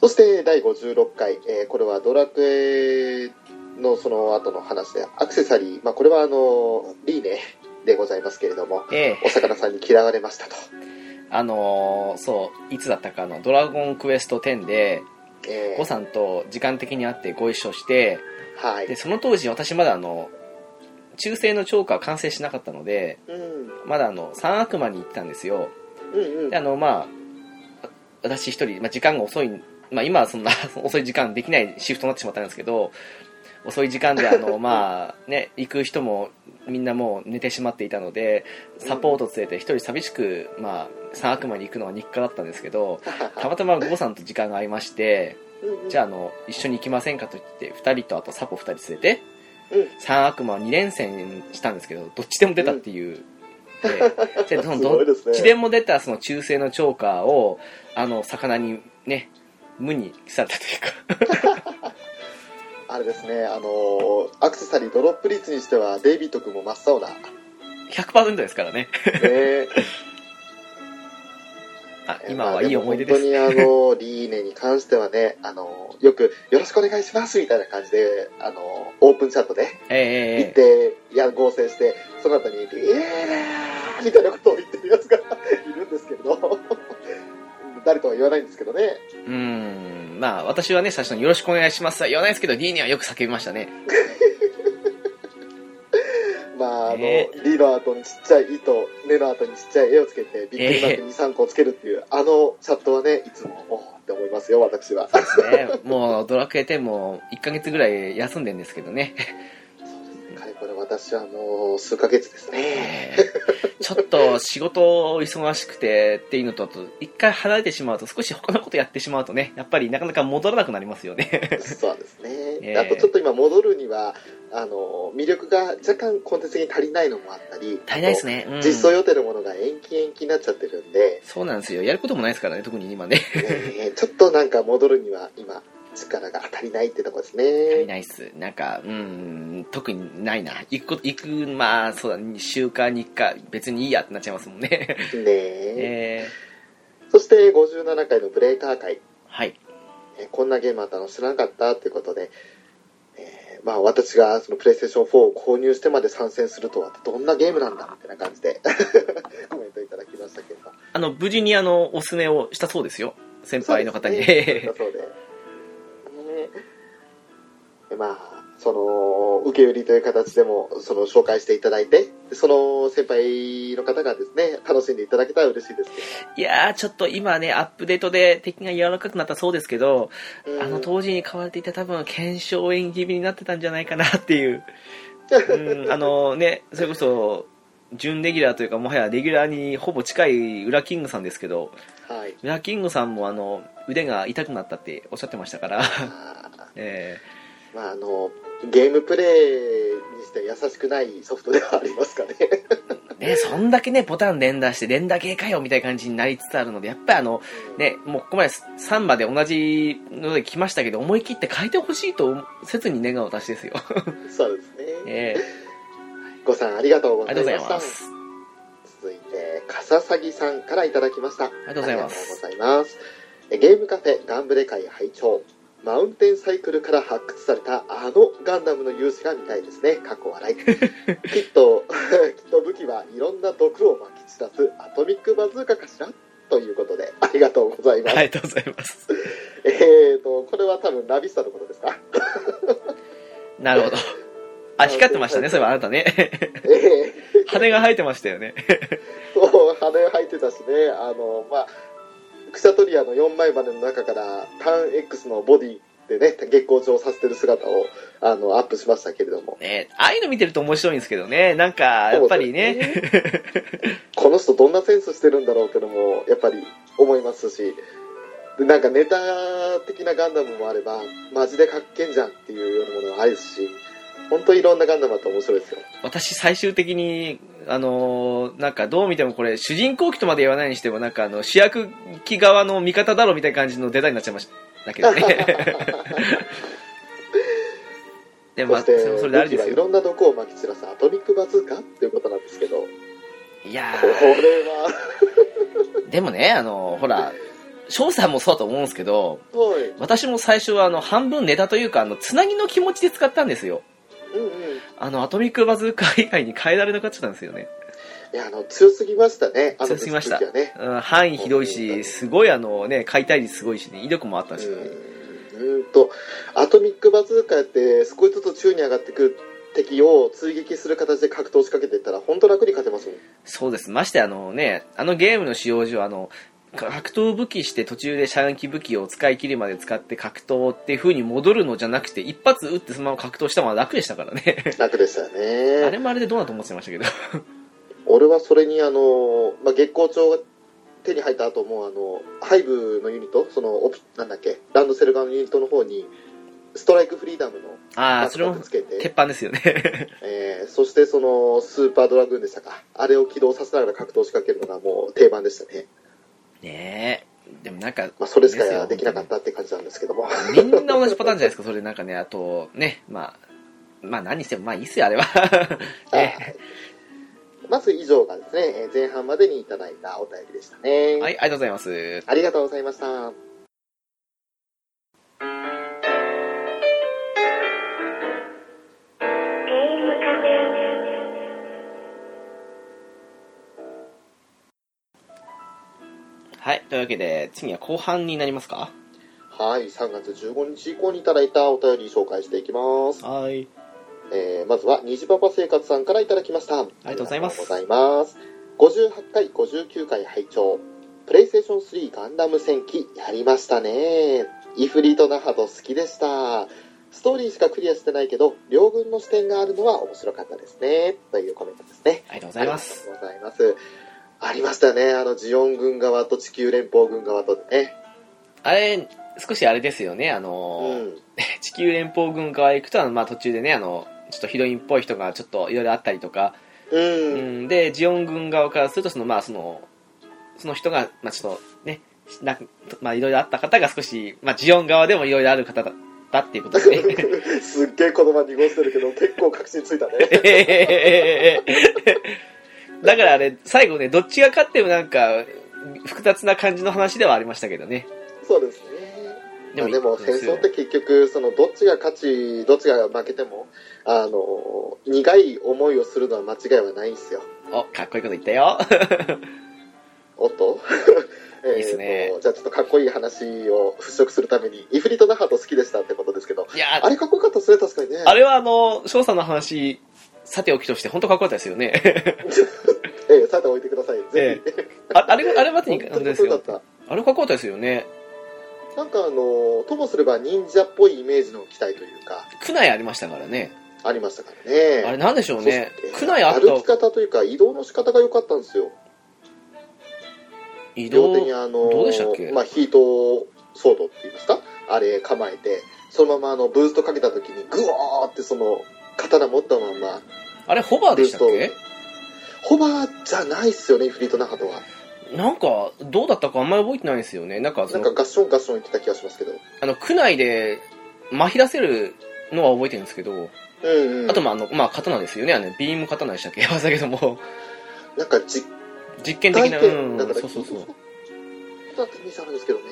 そして第56回、えーこれはドラクエのその後の話でアクセサリー、まあ、これはあのリーネでございますけれどもええお魚さんに嫌われましたと、あのーそういつだったかあのドラゴンクエスト10でえーゴさんと時間的に会ってご一緒してはいでその当時私まだあの中世のチョーカー完成しなかったのでうんまだあの三悪魔に行ってたんですようんうんであのまああ私一人、まあ、時間が遅い、まあ、今はそんな 遅い時間できないシフトになってしまったんですけど遅い時間であのまあね行く人もみんなもう寝てしまっていたのでサポート連れて一人寂しく、まあ、三悪魔に行くのは日課だったんですけどたまたま郷さんと時間が合いましてじゃああの一緒に行きませんかと言って2人とあとサポ2人連れてうん三悪魔2連戦したんですけどどっちでも出たっていう、でじゃあそのすどごいです地ね伝も出たその中性のチョーカーをあの魚にね無にされたというかあれですねあのーアクセサリードロップ率にしてはデイビッド君も真っ 青な、ね100%ですからねえ、あ今はいい思い出です、まあも本当にあの、リーネに関してはね、あの、よく、よろしくお願いしますみたいな感じで、あの、オープンチャットで行っえええて、いや、合成して、その後に、リーネーみたいなことを言ってるやつが いるんですけれど、誰とは言わないんですけどね。えうーんまあ私はね最初に「よろしくお願いします」は言わないですけどリーにはよく叫びましたねまあ、あの、ねリの後にちっちゃい「い」と、ねの後にちっちゃい「え」をつけて、びっくりマーク2、3個をつけるっていう、あのチャットはね、いつも、おーって思いますよ、私は。そう ですねもうドラクエ10も1ヶ月ぐらい休んでんですけどねかれこれ私はもう、数ヶ月ですね。え ーちょっと仕事忙しくてっていうのと、あと一回離れてしまうと、少し他のことやってしまうとね、やっぱりなかなか戻らなくなりますよ ね。そうですね、ええあとちょっと今戻るにはあの魅力が若干コンテンツ的に足りないのもあったり足りないですね。うあんと実装予定のものが延期延期になっちゃってるんで、そうなんですよ。やることもないですからね、特に今ね。ねちょっとなんか戻るには今力が足りないってとこです足りねないっす。なんか、うん、特にないな。行くこと、行く、まあ、そうだ、2週間に1回、別にいいやってなっちゃいますもんね。ねえ えそして57回のブレイカー会ーはい。えこんなゲームあったの知らなかったってことで、えーまあ私がそのプレイステーション4を購入してまで参戦するとはどんなゲームなんだみたいな感じで コメントいただきましたけどあの、無事にあの、おすすめをしたそうですよ。先輩の方に。そうですねそうででまあその受け売りという形でもその紹介していただいてその先輩の方がですね楽しんでいただけたら嬉しいです いやー、ちょっと今ね、アップデートで敵が柔らかくなったそうですけど、けどうんあの当時に買われていた多分、検証演技日になってたんじゃないかなっていう。うん、あのね、それこそ、準レギュラーというか、もはやレギュラーにほぼ近い裏キングさんですけど、 はい裏キングさんもあの、腕が痛くなったっておっしゃってましたから、 あえーまああのゲームプレイにして優しくないソフトではありますかねーね、そんだけね、ボタン連打して、連打系かよみたいな感じになりつつあるので、やっぱりあの、ね、もうここまで3まで同じので来ましたけど、思い切って変えてほしいと、切に願う私ですよ。 そうですねえごさんありがとうごー、あざりいがとうございましたます。続いて笠鷺さんからいただきましたありがとうございますありがとうございますえゲームカフェガンブレ会拝聴マウンテンサイクルから発掘されたあのガンダムの勇士が見たいですね過 去笑い きっときっと武器はいろんな毒をまき散らすアトミックバズーカかしらということでありがとうございます、ありがとうございます。えーとこれは多分ラビスタのことですか なるほど。 あ、光ってましたね、そういえばあなた ね。えー羽が生えてましたよね。そう、羽生えてたしね、あの、まあ、クサトリアの4枚羽の中から、ターン X のボディでね、月光上させてる姿を、あの、アップしましたけれども。ねああいうの見てると面白いんですけどね。なんか、やっぱりね。そうですね。こ の人どんなセンスしてるんだろうってのも、やっぱり思いますし、でなんかネタ的なガンダムもあれば、マジでかっけんじゃんっていうようなものもあるし、本当いろんなガンダムあって面白いですよ。私最終的にあのーなんかどう見てもこれ主人公機とまで言わないにしてもなんかあの主役機側の味方だろみたいな感じのデザインになっちゃいましたけど ねでもまそあしそて、れそれであれ武器ではすいろよんな毒をまき散らすアトミックバズーカっていうことなんですけど、こいやれは、 ーでもねあのーほら翔さんもそうだと思うんですけどはい。私も最初はあの半分ネタというかあのつなぎの気持ちで使ったんですようんうん。いあのアトミックバズーカ 以外に変えられなかったんですよねや、あの、強すぎましたね、あの強すぎました武器はね。うん範囲広いしすごいあのね解体率すごいしね威力もあったし、ねうーんうーんとアトミックバズーカって少しずつ宙に上がってくる敵を追撃する形で格闘を仕掛けていったら本当楽に勝 てますもんそうです。ましてあのね、あのゲームの使用上、あの、格闘武器して途中で射撃武器を使い切るまで使って格闘っていう風に戻るのじゃなくて、一発撃ってそのまま格闘したのは楽でしたからね。楽でしたあよれねもあれでどうなと思ってましたけど。俺はそれにあの、まあ、月光町が手に入った後もあのハイブのユニットそのオプなんだっけランドセル側のユニットの方にストライクフリーダムのああ、バそれックもつけ鉄て、板ですよね。 えーそしてそのスーパードラグーンでしたかあれを起動させながら格闘を仕掛けるのがもう定番でしたね、ねえ。でもなんか、まあ、それしかできなかったって感じなんですけどもみんな同じパターンじゃないですか、それなんかね、あと、ね、まあ、まあ何にしてもまあいいっすよ、あれは。 ねはいまず以上がですね、えー前半までにいただいたお便りでしたね。はい、ありがとうございます。ありがとうございました。はい、というわけで、次は後半になりますかはい、3月15日以降にいただいたお便り紹介していきます。はい。えーまずは、虹パパ生活さんからいただきました。ありがとうございますがとうございます。58回、59回拝聴プレイステーション3ガンダム戦記やりましたね。イフリートナハド好きでした。ストーリーしかクリアしてないけど、両軍の視点があるのは面白かったですね。というコメントですね。ありがとうございます。ありがとうございます。ありましたね。あの、ジオン軍側と地球連邦軍側とでね。あれ、少しあれですよね、あのうー、ん。地球連邦軍側へ行くと、あのまあ、途中でね、あの、ちょっとヒロインっぽい人がちょっといろいろあったりとか、う うん。ん、で、ジオン軍側からすると、その、まあ、その、その人が、まあ、ちょっとね、なまあ、いろいろあった方が少し、まあ、ジオン側でもいろいろある方だったっていうことですね。すっげえ言葉濁してるけど、結構確信ついたね。 だからあれ、最後ね、どっちが勝ってもなんか、複雑な感じの話ではありましたけどね。そうですね。まあでも戦争って結局、その、どっちが勝ち、どっちが負けても、あの、苦い思いをするのは間違いはないんですよ。お、かっこいいこと言った よ。おっ といいっすねえーとじゃあちょっとかっこいい話を払拭するために、イフリとナハト好きでしたってことですけど、いやーあれかっこよかったですね、確かにね。あれはあの、翔さんの話、さておきとして、本当かっこよかったですよ ね。ええ、さて置いてください。ぜえひ。ああれ、あれまでに、本あ当れにでかっすこよ。よかっあれかっこよかったですよね。た。なんかあの、ともすれば忍者っぽいイメージの期待というか、区内ありましたからね。ありましたからね。あれなんでしょうねそして。区内あっ歩きた方というか、移動の仕方が良かったんですよ。移両動手にあの、どうでしたっけまあ、ヒートソードって言いますかあれ構えて、そのままあの、ブーストかけた時に、グワーってその、刀持ったまま、あれホバーでしたっけホバーじゃないっすよね、イフリートナハトは。なんか、どうだったかあんまり覚えてないんですよね。なんか、そなんかの、ガッションガッション言ってた気がしますけど。あの、区内で、まひらせるのは覚えてるんですけど、うんうん。あと、まあ、あの、まあ、刀ですよね。あの、ビーム刀でしたっけ 忘れたけども、なんか実実験的な、う体験ん、だからそうそうそう。だってミサなんですけどね。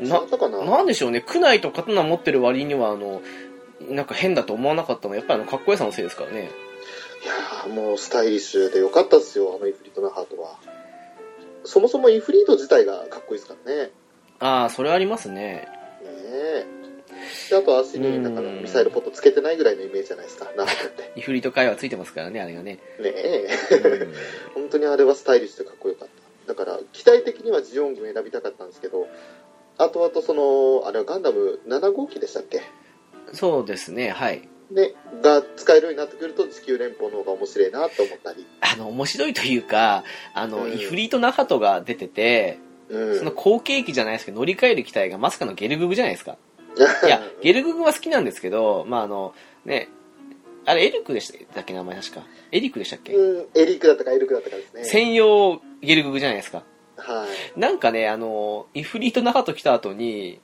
な違っ、たかななんでしょうね、区内と刀持ってる割には、あの、なんか変だと思わなかったのは、やっぱりあの、かっこよさのせいですからね。いやーもうスタイリッシュでよかったですよ、あのイフリートナハートは。そもそもイフリート自体がかっこいいですからね。ねああ、それはありますね。え。であと足になんかうんミサイルポットつけてないぐらいのイメージじゃないですか、ナハトって。ねイフリート会話ついてますからね、あれがね。え。うん本当にあれはスタイリッシュでかっこよかった。だから、期待的にはジオン軍選びたかったんですけど、あとあとその、あれはガンダム7号機でしたっけそうですね、はい。ね、が使えるようになってくると地球連邦の方が面白いなと思ったり、あの、面白いというか、あの、うんイフリートナハトが出てて、うん、 その後継機じゃないですけど、乗り換える機体がまさかのゲルググじゃないですか。いや、ゲルググは好きなんですけど、まあ、あの、ね、あれ、エリクでしたっけ、名前確か。エリクでしたっけ、うん、エリックだったかエルクだったかですね。専用ゲルググじゃないですか。はい。なんかね、あの、イフリートナハト来た後に、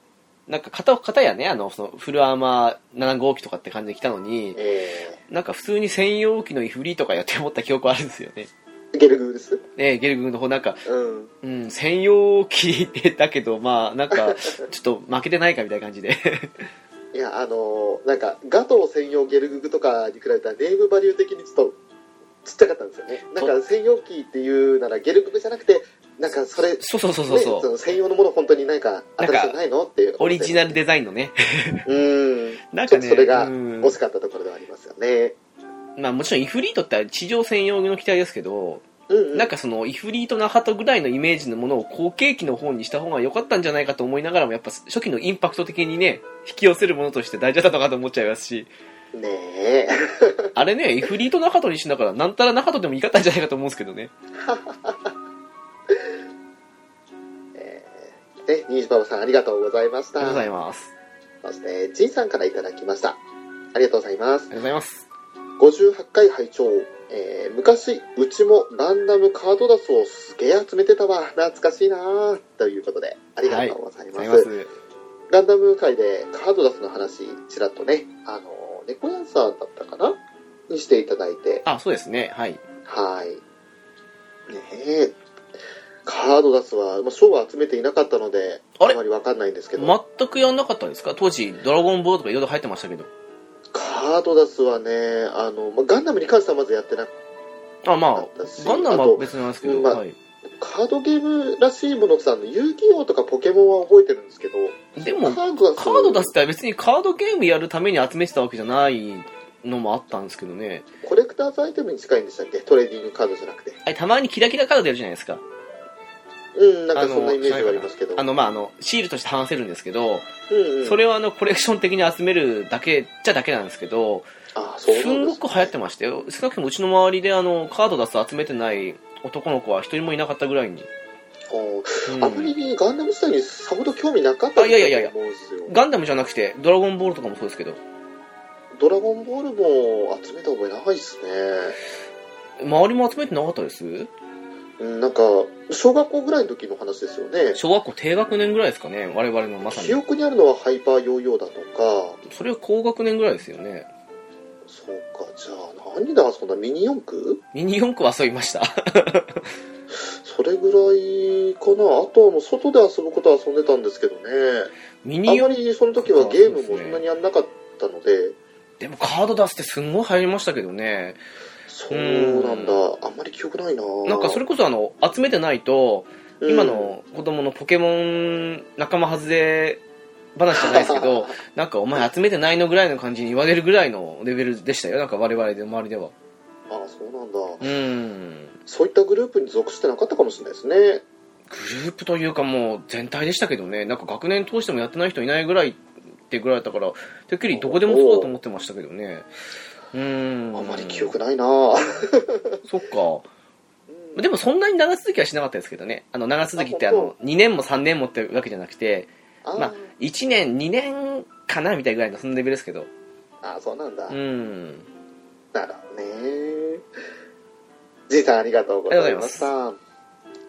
なんか片、片やね、あの、その、フルアーマー7号機とかって感じで来たのに、えなんか普通に専用機のイフリーとかやって思った記憶あるんですよね。ー、ゲルググです。ねゲルググの方なんか、うん。うん、専用機だけど、まあ、なんか、ちょっと負けてないかみたいな感じ で。いや、あのーなんか、ガトー専用ゲルググとかに比べたら、ネームバリュー的にちょっと、ちっちゃかったんですよね。なんか、専用機っていうなら、ゲルググじゃなくて、なんか、それ、そうそうそうそうねそ。そうの専用のもの本当になんか、なん新かしいのないのっていう。オリジナルデザインのね。うん。なんちかょね、っとそれがうん惜しかったところではありますよね。まあもちろんイフリートってあれ地上専用の機体ですけど、うん、うん。なんかそのイフリートナハトぐらいのイメージのものを後継機の方にした方が良かったんじゃないかと思いながらも、やっぱ初期のインパクト的にね、引き寄せるものとして大事だったのかと思っちゃいますし、ねえ。あれね、イフリートナハトにしながら、なんたらナハトでもいいかったんじゃないかと思うんですけどね。えーね、ニージパパさんありがとうございましありがとうござた。います。そして、ジンさんからいただきました。ありがとうございますあり。がとうございます。 58回拝聴、えー昔うちもランダムカードダスをすげえ集めてたわ懐かしいなあということでありがとうございあります,、がとうございます。ランダム界でカードダスの話ちらっとねあの猫屋さんだったかなにしていただいてあ、そうですね。はい。はいねえカードダスは、まあ、賞は集めていなかったのでああれまりわかんないんですけど、全くやんなかったんですか当時、ドラゴンボールとかいろいろ入ってましたけど。カードダスはねあの、まあ、ガンダムに関してはまずやってなかあ、まあっ、たしガンダムあはと別になんですけど、うんまあはい。カードゲームらしいものってさあの遊戯王とかポケモンは覚えてるんですけどでも、カード出すカード出すって別にカードゲームやるために集めてたわけじゃないのもあったんですけどねコレクターズアイテムに近いんでしたっけトレーディングカードじゃなくてあれたまにキラキラカード出るじゃないですかうんなんあかそんのなイメージはありますけどあのまああのシールとして話せるんですけど、うんうんそれはあのコレクション的に集めるだけじゃだけなんですけどあそうすなんんでごすく流行ってましたよ少なくともうちの周りであのカード出す集めてない男の子は一人もいなかったぐらいに、うあんーあまりガンダム自体にさほど興味なかったあいやいやいやいやと思うんですよガンダムじゃなくてドラゴンボールとかもそうですけどドラゴンボールも集めた覚えないっすね周りも集めてなかったですうんなんか小学校ぐらいの時の話ですよね小学校低学年ぐらいですかね我々のまさ記に憶にあるのはハイパーヨーヨーだとかそれは高学年ぐらいですよねそうかじゃあ何で遊んだミニ四駆ミニ四駆は遊びま した。それぐらいかなあとはもう外で遊ぶことは遊んでたんですけどねミあニんま四りその時はゲームもそんなにやんなかったのででもカード出すってすんごい入りましたけどね。そううですねなんだあんまり記憶ないなななんかそれこそあの、集めてないと、今の子供のポケモン仲間外れ話じゃないですけ ど、なんかお前集めてないのぐらいの感じに言われるぐらいのレベルでしたよ。なんか我々で周りでは。ああそうなんだうん。そういったグループに属してなかったかもしれないですねグループというかもう全体でしたけどね。なんか学年通してもやってない人いないぐらいってぐらいだから、てっきりどこでもそうだと思ってましたけどね。うん。あんまり記憶ないなうそっか。んでもそんなに長続きはしなかったですけどね。あの長続きってああの本2年も3年もってわけじゃなくて、あまあ1年、2年かなみたいなぐらいのそのレベルですけど。ああそうなんだうん。なるほどねじいさんありがとうございました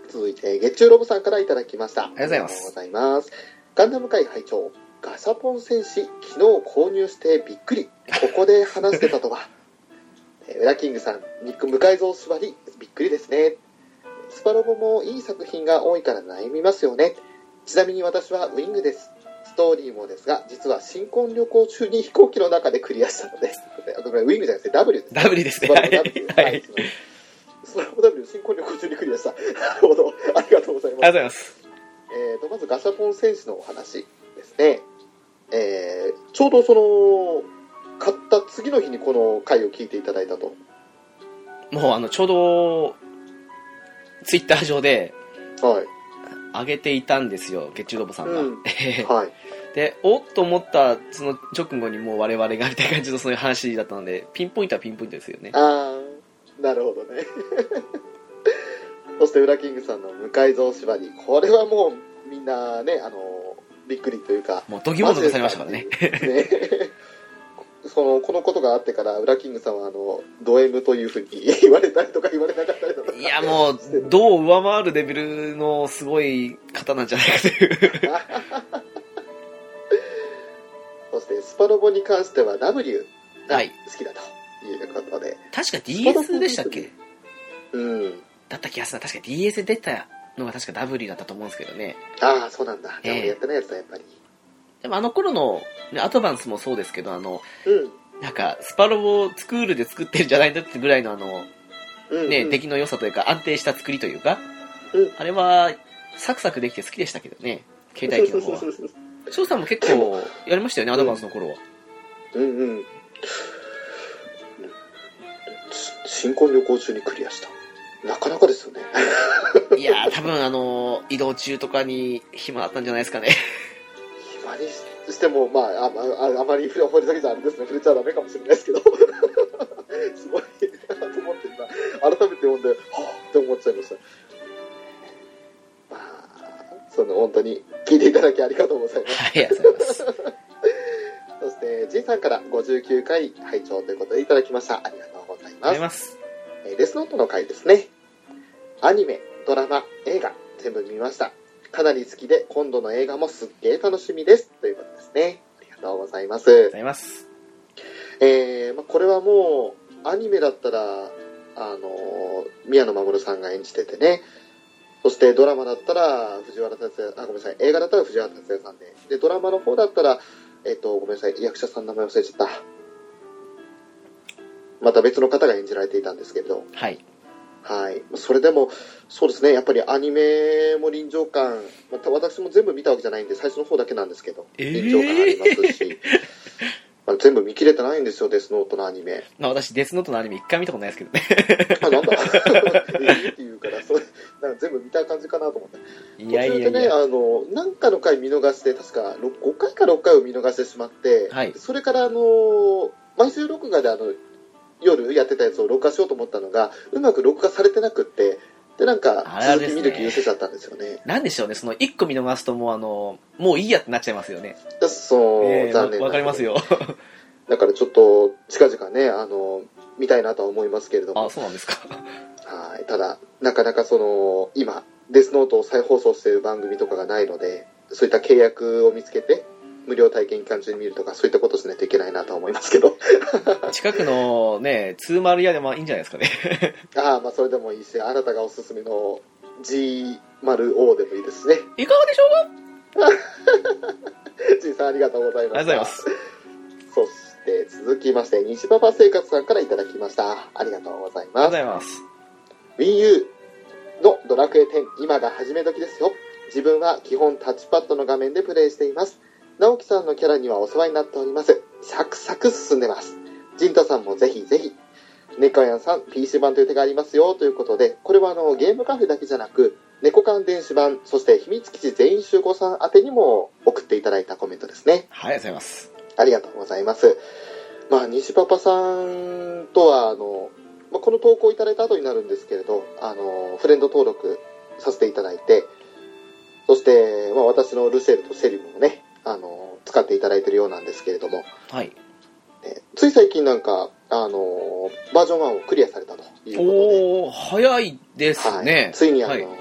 続いて月中ロボさんからいただきましたありがとうございますがとうございますガンダム界拝聴ガシャポン戦士昨日購入してびっくりここで話してたとはえーウラキングさんニック向井蔵縛りびっくりですねスパロボもいい作品が多いから悩みますよねちなみに私はウィングですストーリーもですが実は新婚旅行中に飛行機の中でクリアしたのですあごめんウィングじゃなくて W ですね W ですね。スパはラボ W い。。はい。スパラボ W 新婚旅行中にクリアした。なるほど。ありがとうございありがとうごます。ざいます。えーと、まずガシャポン選手のお話ですね。えーちょうどその、買った次の日にこの回を聞いていただいたと。もうあの、ちょうど、ツイッター上ではい。上げていたんですよ、月中ロボさんが。うんはい。 で、おっと思ったその直後にもう我々がみたいな感じのそういう話だったので、ピンポイントはピンポイントですよね。あー、なるほどね。そして、ウラキングさんの向井蔵縛り。これはもう、みんなね、あの、びっくりというかもうドギモとかされましたからね。マジですかっていうね そのこのことがあってから、ウラキングさんはあのド M というふうに言われたりとか言われなかったりとか、いやもう、どう上回るレベルのすごい方なんじゃないかという。そしてスパロボに関しては W がは好いきだということで、確か DS でしたっけうん、だった気がするな。確か DS で出たのが確か W だったと思うんですけどね。ああ、そうなんだ、ええ俺やってないやつだ、やっぱり。でもあの頃の、ね、アドバンスもそうですけど、あの、うんなんか、スパロボをスクールで作ってるんじゃないんだってぐらいのあの、うんね、うん出来の良さというか、安定した作りというか、うんあれは、サクサクできて好きでしたけどね、携帯機の方は。翔さんも結構やりましたよね、アドバンスの頃は。うんうんし新婚旅行中にクリアしたなかなかですよねいやー、多分あの、移動中とかに暇だったんじゃないですかね。暇にししてもまああまああまり触れだけじゃあれですね触れちゃダメかもしれないですけど すごいなと思って今改めて読んではあって思っちゃいましたまあその本当に聞いていただきありがとうございますはい、ありがとうございます。そして G さんから59回拝聴ということでいただきましたありがとうございありがとうごますざいます。えーデスノートの回ですね。アニメ、ドラマ、映画、全部見ました。かなり好きで、今度の映画もすっげー楽しみです。ということですね。ありがとうございまごす。ざいます。えーまあ、これはもう、アニメだったら、あのー宮野真守さんが演じててね。そしてドラマだったら、藤原達也、あ、ごめんなさい。映画だったら藤原達也さんで。で、ドラマの方だったら、えっ、と、ごめんなさい。役者さんの名前忘れちゃった。また別の方が演じられていたんですけれど。はい。はい、それでも、そうですね、やっぱりアニメも臨場感、また私も全部見たわけじゃないんで、最初の方だけなんですけど、えー臨場感あります し、まあ、全部見切れてないんですよ、デスノートのアニメ。まあ私、デスノートのアニメ一回見たことないですけどね。あ、なんだ、 えーっていうから、そうなんか全部見た感じかなと思って、いやいや途中いでね、や。あのなんかの回見逃して、確かろ5回か6回を見逃してしまって、はいそれから、あの毎週録画であの夜やってたやつを録画しようと思ったのが、うまく録画されてなくって、で、なんかあ、れあれで続きすね見る気にせちゃったんですよね。なんでしょうね、その一個見逃すともうあの、もういいやってなっちゃいますよね。そう、ええ残念わわかりますよ。よ。だからちょっと、近々ね、あの、見たいなとは思いますけれどあ、も、そうなんですか。はい。ただ、なかなかその、今、デスノートを再放送している番組とかがないので、そういった契約を見つけて、無料体験期間中に見るとか、そういったことしないといけないなとは思いますけど、 近くのね、204でもいいんじゃないですかね。ああ、まあそれでもいいし、あなたがおすすめの G0O でもいいですしね。 いかがでしょうかあ G さんありがとうございまりがとうごしざいたま。す。そして続きまして、西パパ生活さんからいただきました。ありがとうございありがとうごますざ。います。 Wii U のドラクエ10、今が始め時ですよ。自分は基本タッチパッドの画面でプレイしています。直樹さんのキャラにはお世話になっております。サクサク進んでます。ジンタさんもぜひぜひ。ネカヤンさん、PC 版という手がありますよということで、これはあのゲームカフェだけじゃなく、猫缶電子版、そして秘密基地全員集合さん宛てにも送っていただいたコメントですね。はい、ありがとうございます。ありがとうございます。まあ、西パパさんとは、あの、まあ、この投稿いただいた後になるんですけれど、あの、フレンド登録させていただいて、そして、まあ、私のルセルとセリムもね、あの、使っていただいてるようなんですけれども、はい。えつい最近なんか、あの、バージョン1をクリアされたということで、おー、早いですはねい、。ついにあの、はいっね、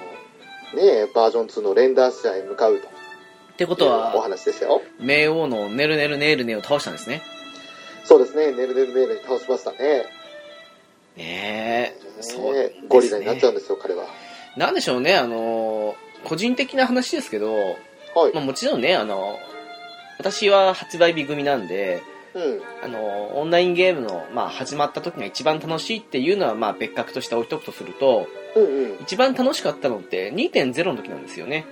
バージョン2のレンダー試合へ向かうてことというおは、話でしたよ。冥王のねるねるねるねを倒したんですね。そうですね、ねるねるねるに倒しましたね。ねえ、そうねですゴリラになっちゃうんね。ですよ、彼は。なんでしょうね、あの、個人的な話ですけど、はい。まあ、もちろんね、あの、私は発売日組なんで、うん。あの、オンラインゲームの、まあ、始まった時が一番楽しいっていうのは、まあ、別格として置いとくとすると、うんうん。一番楽しかったのって2.0の時なんですよね。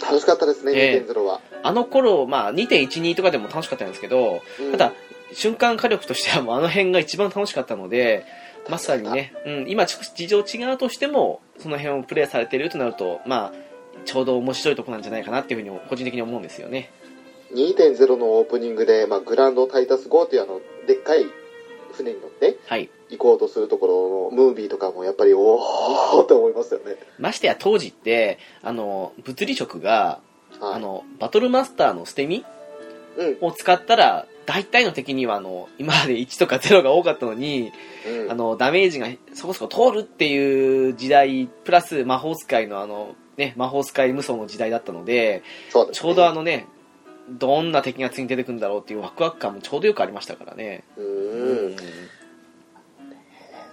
楽しかったですね、ええ2.0は。あの頃、まあ、2.12とかでも楽しかったんですけど、うんただ、瞬間火力としてはもうあの辺が一番楽しかったので、まさにね、うん、今、ち事情違うとしても、その辺をプレイされてるとなると、まあ、ちょうど面白いとこなんじゃないかなっていうふうに、個人的に思うんですよね。 2.0のオープニングで、まあ、グランドタイタス号っていうあの、でっかい船に乗ってはい。行こうとするところのムービーとかもやっぱり、おーって思いますよね。ましてや当時って、あの、物理職が、はいあのバトルマスターの捨て身うんを使ったら大体の敵にはあの今まで1とか0が多かったのにうんあのダメージがそこそこ通るっていう時代プラス魔法使いのあの、ね、魔法使い無双の時代だったのでそうですねちょうどあのねどんな敵が次に出てくるんだろうっていうワクワク感もちょうどよくありましたからねううーん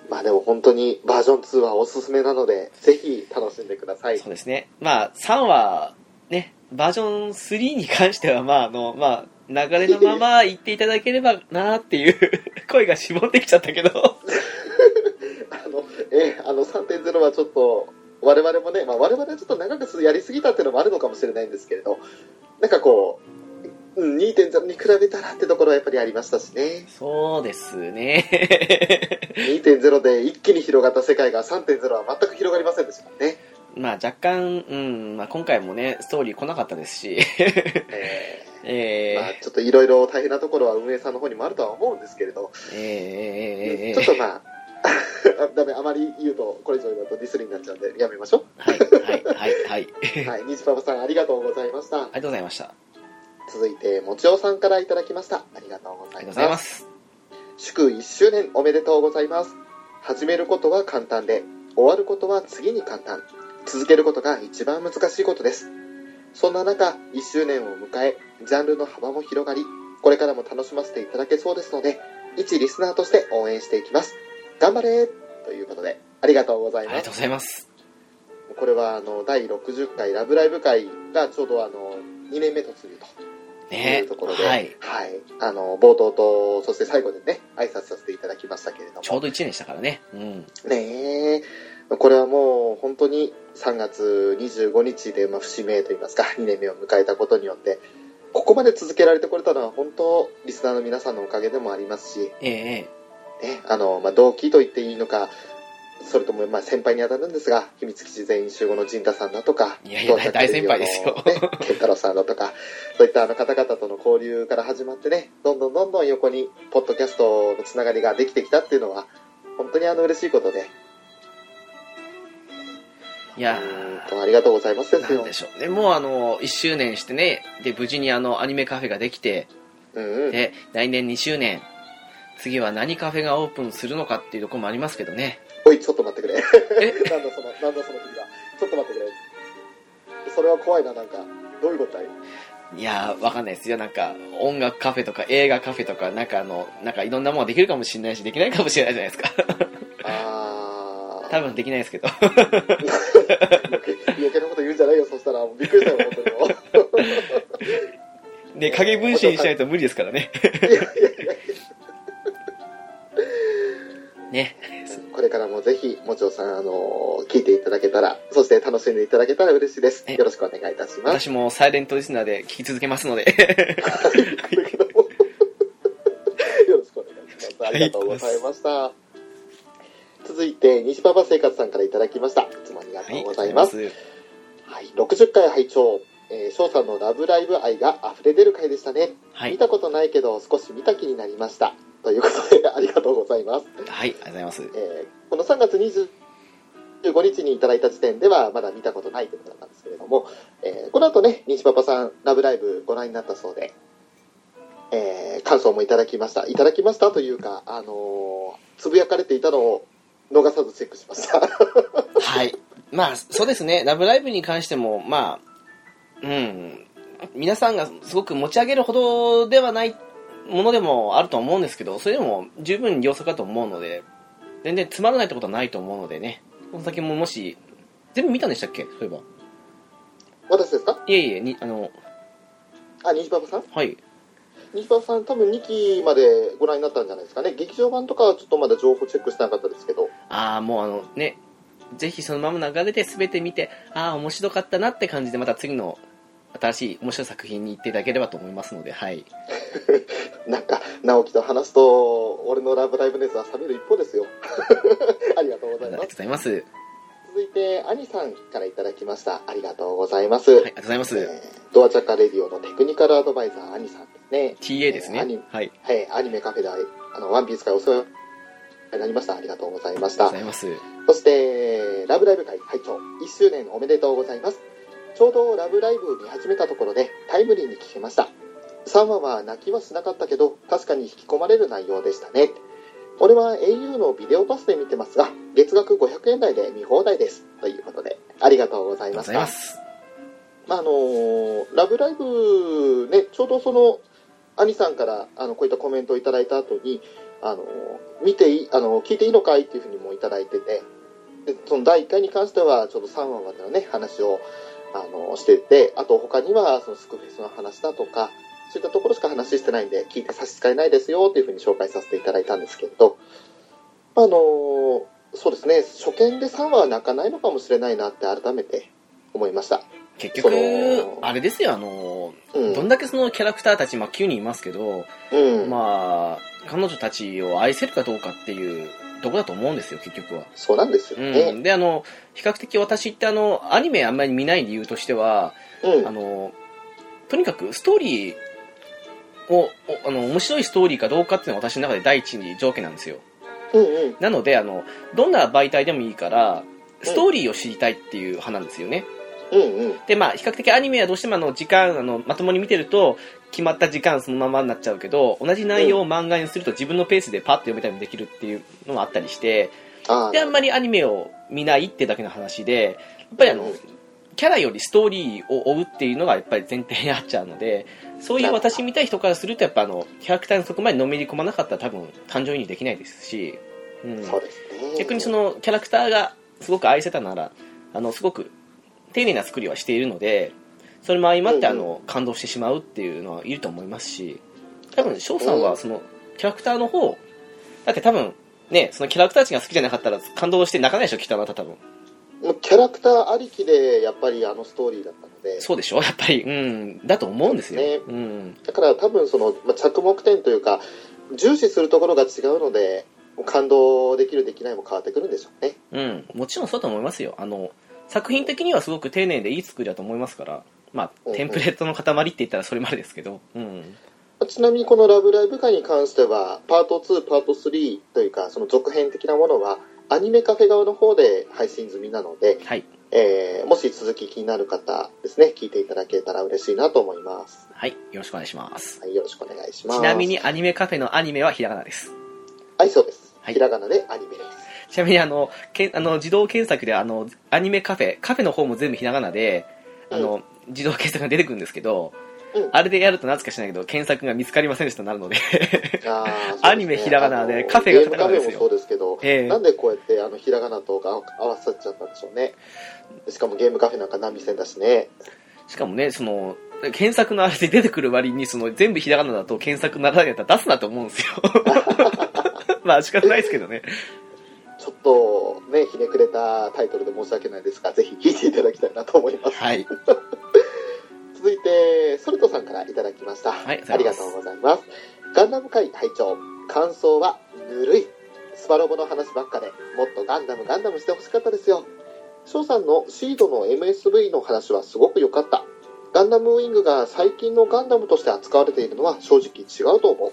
まあでも本当にバージョン2はおすすめなのでぜひ楽しんでくださいそうですねまあ3はねバージョン3に関してはまああのまあ流れのまま行っていただければなっていう 声が絞ってきちゃったけどあのええあの3.0はちょっと我々もね、まあ、我々はちょっと長くやりすぎたっていうのもあるのかもしれないんですけれどなんかこううん2.0に比べたらってところはやっぱりありましたし ねそうですね 2.0で一気に広がった世界が3.0は全く広がりませんでしたもんね、まあ若干、うんまあ、今回もねストーリー来なかったですしえええーまあ、ちょっといろいろ大変なところは運営さんの方にもあるとは思うんですけれど、えーえーえーえーちょっとまあ あダメあまり言うとこれ以上だとディスりになっちゃうんでやめましょ はいはいはいはいうはいニジパパさんありがとうございましたありがとうございましたあ続いてもちおさんからいただきましたありがとうござりがとういごますざいます祝1周年おめでとうございます始めることは簡単で終わることは次に簡単続けることが一番難しいことですそんな中1周年を迎えジャンルの幅も広がりこれからも楽しませていただけそうですので一リスナーとして応援していきます頑張れということでありがとうござあいりまがすとうございますこれはあの第60回「ラブライブ!」会がちょうどあの2年目突入とねというところで、ははいい、あの冒頭と、そして最後でね、挨拶させていただきましたけれどちょうも、ど1年でしたからねうんねえ、これはもう本当に3月25日で、まあ、節目といいますか、2年目を迎えたことによって、ここまで続けられてこれたのは、本当、リスナーの皆さんのおかげでもありますし、えええね、あの、まあ、同期と言っていいのか、それとも、まあ、先輩に当たるんですが、秘密基地全員集合の陣田さんだとか、いやいや同社大先輩ですよテレビのね健太郎さんだとか、そういったあの方々との交流から始まってね、どんどんどんどん横に、ポッドキャストのつながりができてきたっていうのは、本当にあの、嬉しいことで、えいやうーーんと、ありがとうございますですなんよで。しょうねもうあの1周年してねで無事にあのアニメカフェができてうんうん。で来年2周年次は何カフェがオープンするのかっていうところもありますけどねおい、ちょっと待ってくれ。え なんだその、なんだその時は。ちょっと待ってくれ。それは怖いな、なんか。どういうことだいいやーわかんないですよなんか音楽カフェとか映画カフェとかなんかあのなんかいろんなものができるかもしれないしできないかもしれないじゃないですかあー。多分できないですけど余計なこと言うんじゃないよそしたらもうびっくりしたよ本当にで影分身しないと無理ですからねいやいやいやね これからもぜひもちおさんあの聞いていただけたらそして楽しんでいただけたら嬉しいですえよろしくお願いいたします私もサイレントリスナーで聞き続けますのでよろしくお願いしますありがとうございました、続いて西馬場生活さんからいただきましたいつもありがとうございます、はいはい、60回拝聴えー翔さんの「ラブライブ!」愛が溢れ出る回でしたねは見い、たことないけど少し見た気になりましたということでありがとうございます、はい、ありがとうございますえーこの3月25日にいただいた時点ではまだ見たことないということだったんですけれども、えーこの後ね西パパさん「ラブライブ!」ご覧になったそうで、えー感想もいただきましたいただきましたというか、あのーつぶやかれていたのを逃さずチェックしました はい。まあ、そうですね。ラブライブに関しても、まあ、うん、皆さんがすごく持ち上げるほどではないものでもあると思うんですけど、それでも十分良さかと思うので、全然つまらないってことはないと思うのでね。この先ももし、全部見たんでしたっけそういえば。私ですかいえいえ、に、あの、あ西パパさんはい。西パパさん多分2期までご覧になったんじゃないですかね劇場版とかはちょっとまだ情報チェックしてなかったですけどああ、もうあの、ね、ぜひそのまま流れて全て見て、ああ、面白かったなって感じで、また次の新しい面白い作品に行っていただければと思いますので、はい。なんか直樹と話すと俺の「ラブライブ!」熱は冷める一方ですよ ありがとうごあざりがいまとうすございます。続いて兄さんからいただきましたありがとうございまはす、い、ありがとうございます。えードアチャカレディオのテクニカルアドバイザー兄さんですね TA ですね。えーアニメはい。はいアニメカフェであのワンピース会お世話になりましたありがとうございましありがとうごたざいます。そして「ラブライブ!」会会長1周年おめでとうございますちょうど「ラブライブ!」見始めたところでタイムリーに聞けました3話は泣きはしなかったけど確かに引き込まれる内容でしたね俺は au のビデオパスで見てますが月額500円台で見放題ですということでありがとうございりがとうごまざしいたます。まああのーラブライブ!」ねちょうどその兄さんからあのこういったコメントをいただいた後にあのー見ていいあのー聞いていいのかいっていうふうにもいただいててでその第1回に関してはちょうど3話までのね話をあのーしててあと他にはそのスクフェスの話だとかそういったところしか話してないんで聞いて差し支えないですよっていうふうに紹介させていただいたんですけれどあのーそうですね初見で3話は泣かないのかもしれないなって改めて思いました。結局その、あれですよ、あの、うんどんだけそのキャラクターたち、まあ9人いますけど、うん、まあ、彼女たちを愛せるかどうかっていうとこだと思うんですよ、結局は。そうなんですようね。ん。で、あの、比較的私ってあの、アニメあんまり見ない理由としては、うん、うんあの、とにかくストーリーを、おあの、面白いストーリーかどうかっていうのが私の中で第一に条件なんですよ。うん、なので、あの、どんな媒体でもいいから、ストーリーを知りたいっていう派なんですよね。うん、うん、で、まあ、比較的アニメはどうしてもあの、時間、あの、まともに見てると、決まった時間そのままになっちゃうけど、同じ内容を漫画にすると自分のペースでパッと読めたりもできるっていうのがあったりして、ああ、で、あんまりアニメを見ないってだけの話で、やっぱりあの、キャラよりストーリーを追うっていうのがやっぱり前提にあっちゃうので、そういう私みたい人からすると、やっぱあの、キャラクターにそこまでのめり込まなかったら多分、感情移入できないですし、うん。そうですね。逆にその、のキャラクターがすごく愛せたならあのすごく丁寧な作りはしているのでそれも相まっうんてうんあの感動してしまうっていうのはいると思いますし多分翔さんはそのキャラクターの方だって多分ねそのキャラクターたちが好きじゃなかったら感動して泣かないでしょきっとあなた多分もうキャラクターありきで、やっぱりあのストーリーだったので、そうでしょやっぱりうんだと思うんですよ、ねうんだから多分その、まあ、着目点というか、重視するところが違うので、もう感動できる、できないも変わってくるんでしょうね。うんもちろんそうだと思いますよあの作品的にはすごく丁寧でいい作りだと思いますからまあうんうんテンプレートの塊って言ったらそれまでですけどうんちなみにこの「ラブライブ!」会に関してはパート2パート3というかその続編的なものはアニメカフェ側の方で配信済みなので、はいえーもし続き気になる方ですね聞いていただけたら嬉しいなと思います。はい、よろしくお願いします。はい、よろしくお願いします。ちなみ。にアニメカフェのアニメはひらがなです。はい、そうです。はいひらがなでアニメです。ちなみにあの、けんあの自動検索であの、アニメカフェ、カフェの方も全部ひらがなで、あの、自動検索が出てくるんですけど、うんあれでやるとなぜか知らないけど、検索が見つかりませんでしたとなるので、 あーそうですねアニメひらがなであのカフェがゲームカカタフカナでェすもよそうですけど、ええなんでこうやってあのひらがなとが合わさっちゃったんでしょうね。しかもゲームカフェなんか波線だしね。しかもね、その、検索のあれで出てくる割に、その、全部ひらがなだと検索ならないやったら出すなと思うんです よ。まあ仕方ないですけどね。ちょっとね、ひねくれたタイトルで申し訳ないですが、ぜひ聞いていただきたいなと思います。 はい。続いてソルトさんからいただきました、はいありがとうございますガンダム界拝聴感想はぬるいスパロボの話ばっかでもっとガンダムガンダムしてほしかったですよ翔さんのシードの MSV の話はすごく良かったガンダムウィングが最近のガンダムとして扱われているのは正直違うと思う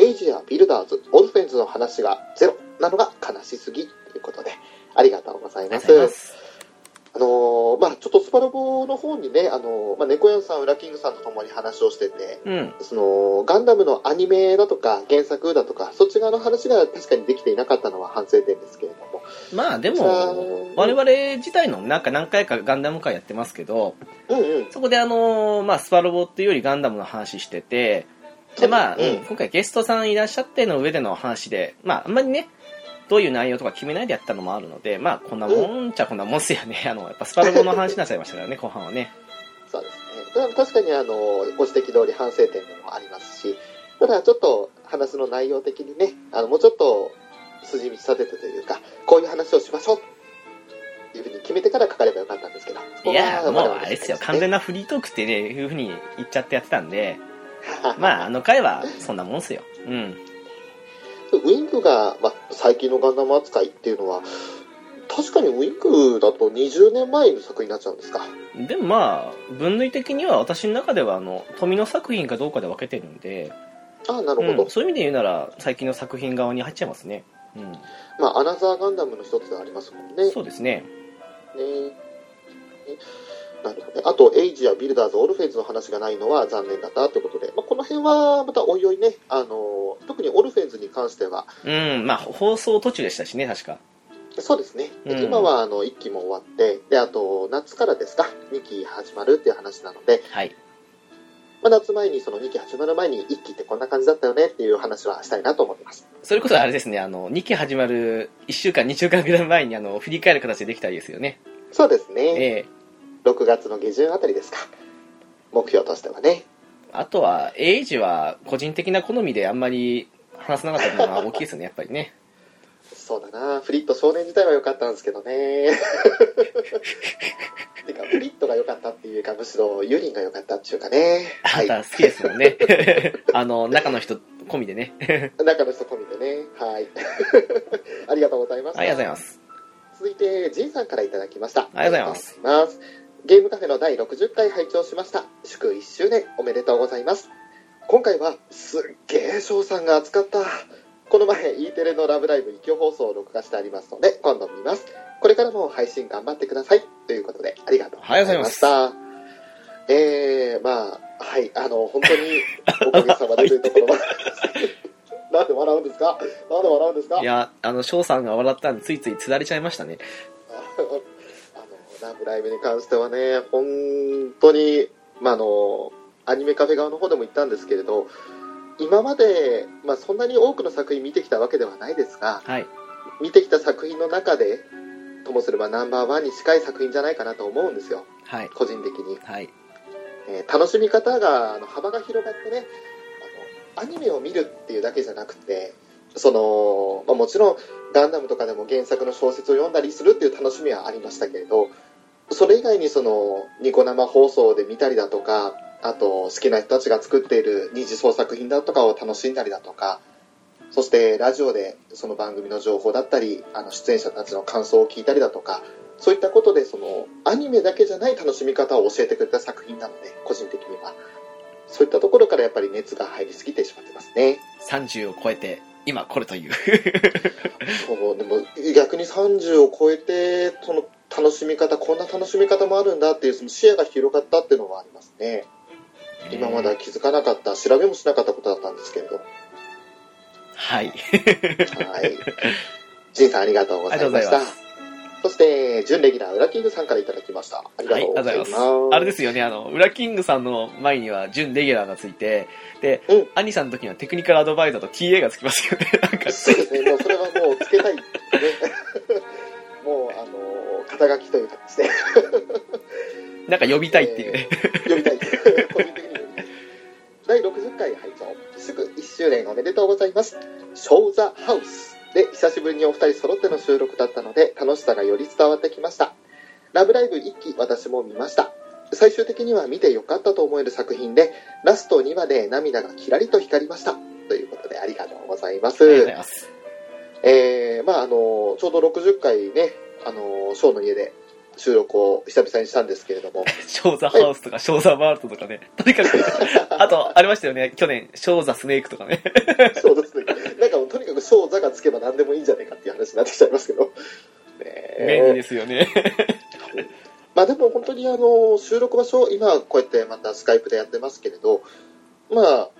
エイジやビルダーズオルフェンズの話がゼロなのが悲しすぎということでありがとうございありがまとうございすます。あのーまあ、ちょっとスパロボの方にね、あのーまあ、猫やんさん、ウラキングさんと共に話をしてて、うん。そのガンダムのアニメだとか原作だとか、そっち側の話が確かにできていなかったのは反省点ですけれども、まあでさあも、我々自体のなんか何回かガンダム会やってますけど、うんうん、そこであのーまあ、スパロボっていうよりガンダムの話してて、でまあ、うんうん今回ゲストさんいらっしゃっての上での話で、まああんまりね、どういう内容とか決めないでやったのもあるので、まあこんなもんちゃこんなもんっすよね。あの、やっぱスパロボの話になっちゃいましたから ね、後半はね。そうですね、だから確かに、あのーご指摘通り反省点でもありますし、ただちょっと話の内容的にね、あのもうちょっと筋道立ててというか、こういう話をしましょうというふうに決めてから書かればよかったんですけど、いやー、そこもはう我々あれですよ、ね完全なフリートークってね、いうふうに言っちゃってやってたん で、まああの回はそんなもんっすよ。うん。ウイングが、まあ、最近のガンダム扱いっていうのは、確かにウイングだと20年前の作品になっちゃうんですか。でもまあ、分類的には私の中ではあの、富の作品かどうかで分けてるんで、ああ、なるほど、うん、そういう意味で言うなら最近の作品側に入っちゃいますね、うん、まあ、アナザーガンダムの一つではありますもんね。ねそうですねなるほどね。あと、エイジやビルダーズ、オルフェンズの話がないのは残念だったということで、まあ、この辺はまたおいおいね、あのー特にオルフェンズに関しては、うん、まあ、放送途中でしたしね、確か。そうですね。でうん今はあの1期も終わって、で、あと、夏からですか、2期始まるっていう話なので、はい。まあ、夏前に、その2期始まる前に1期ってこんな感じだったよねっていう話はしたいなと思ってます。それこそあれですね、あの、2期始まる1週間、2週間ぐらい前に、あの、振り返る形でできたらいいですよね。そうですね。ええ6月の下旬あたりですか。目標としてはね。あとは、エイジは個人的な好みであんまり話さなかったのは大きいですね、やっぱりね。そうだな、フリット少年自体は良かったんですけどね。 てか、フリットが良かったっていうか、むしろユリンが良かったっていうかね。あはんい。た好きですもんね。 あの、中の人込みでね。中の人込みでね。はい。 ありがとうございました。ありがとうございます。続いて、ジンさんからいただきました。ありがとうございますありがとうございます。ゲームカフェの第60回拝聴しました。祝1周年おめでとうございます。今回は、すっげえ翔さんが熱かった。この前、E テレのラブライブ一挙放送を録画してありますので、今度見ます。これからも配信頑張ってください。ということで、ありがとうございました。えー、まあ、はい、あの、本当に、おかげさまでというところは。 なんで笑うんですかなんで笑うんですかいや、あの、翔さんが笑ったんで、ついついつられちゃいましたね。 あの、ラブライブに関してはね、本当に、まあ、あの、アニメカフェ側の方でも言ったんですけれど、今まで、まあ、そんなに多くの作品見てきたわけではないですが、はい。見てきた作品の中で、ともすればナンバーワンに近い作品じゃないかなと思うんですよ、はい。個人的に。はい。えー楽しみ方があの幅が広がってねあのアニメを見るっていうだけじゃなくてその、まあ、もちろん「ガンダム」とかでも原作の小説を読んだりするっていう楽しみはありましたけれどそれ以外にそのニコ生放送で見たりだとかあと好きな人たちが作っている二次創作品だとかを楽しんだりだとかそしてラジオでその番組の情報だったりあの出演者たちの感想を聞いたりだとかそういったことでそのアニメだけじゃない楽しみ方を教えてくれた作品なので個人的にはそういったところからやっぱり熱が入りすぎてしまってますね30を超えて、今これという。そうでも逆に30を超えてその楽しみ方こんな楽しみ方もあるんだっていうその視野が広がったっていうのはありますね今までは気づかなかった調べもしなかったことだったんですけれどはい。はいジンさんありがとうございましたありがとうございますそして準レギュラー裏キングさんからいただきましたありがはい、とうあごりがざいとうござます、います。あれですよね、あの、ウラキングさんの前には、準レギュラーがついて、で、うんアニさんの時にはテクニカルアドバイザーと TA がつきますよね。なんか、そうですね、もうそれはもうつけたい、ね、もうあの肩書きというかですね、なんか呼びたいっていうね。呼びたい、個人的に呼びたい。第60回拝聴祝1周年おめでとうございます。ショーザハウスで久しぶりにお二人揃っての収録だったので、楽しさがより伝わってきました。ラブライブ1期私も見ました。最終的には見てよかったと思える作品で、ラスト2話で涙がキラリと光りました。ということでありがとうございまありがとうすござ。います。えーまああのちょうど60回ね、あのショーの家で収録を久々にしたんですけ れども、ショーザハウスとか、ショーザワールドとかね。とにかく、 あと、ありましたよね、去年、ショーザスネークとかね。そうですね、なんかもうとにかくショー座がつけば何でもいいんじゃないかっていう話になってきちゃいますけど、ね便利えですよね。まあ、でも本当にあの収録場所、今こうやってまたスカイプでやってますけれど、まあ、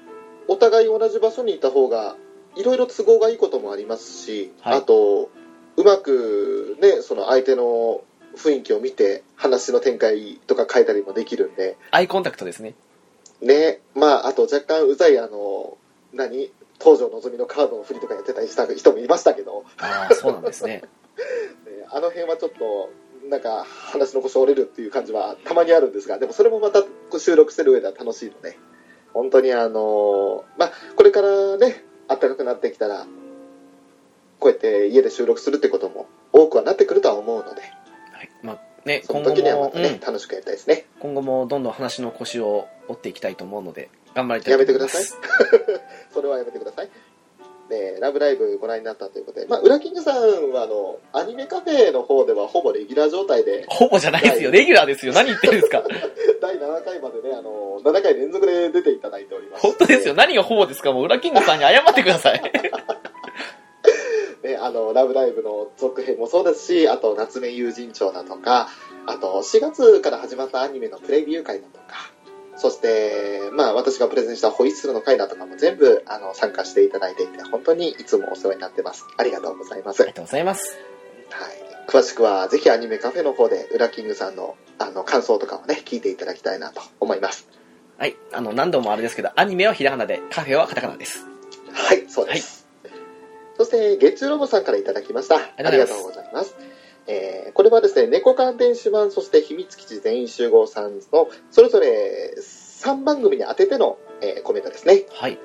お互い同じ場所にいた方が、いろいろ都合がいいこともありますし、はいあと、うまくね、その相手の雰囲気を見て、話の展開とか変えたりもできるんで、アイコンタクトですね。ねまああと若干うざいあの何東条のぞみのカードの振りとかやってたりした人もいましたけど、ああ、そうなんですね。ねあの辺はちょっとなんか話の腰折れるっていう感じはたまにあるんですがでもそれもまたこう収録してる上では楽しいので本当にあのまあこれからね暖かくなってきたらこうやって家で収録するってことも多くはなってくるとは思うのではい。まあ、ね、そ今の後時にはまも、たうね、ん、楽しくやりたいですね今後もどんどん話の腰を折っていきたいと思うので、頑張りたいと思います。やめて それはやめてください。ねえラブライブご覧になったということで、まあ、ウラキングさんは、あの、アニメカフェの方ではほぼレギュラー状態で、 ほぼじゃないですよ。はいレギュラーですよ。何言ってるんです か。第7回までね、あの、7回連続で出ていただいております。本当ですよ。。何がほぼですか。もう、裏キングさんに謝ってください。ね、あの、ラブライブの続編もそうですし、あと、夏目友人帳だとか、あと、4月から始まったアニメのプレビュー会だとか、そして、まあ、私がプレゼンしたホイッスルの会だとかも全部、あの、参加していただいていて、本当にいつもお世話になってます。ありがとうございます。ありがとうございます。はい、詳しくはぜひアニメカフェの方でウラキングさんのあの感想とかをね聞いていただきたいなと思いますはい。あの、何度もあれですけど、アニメはひらがなで、カフェはカタカナです。はいそうです、そして月中ロボさんからいただきましたあありりががととううございますえーこれはですね猫缶電子版そして秘密基地全員集合さんのそれぞれ3番組に当てての、えーコメントですねはい。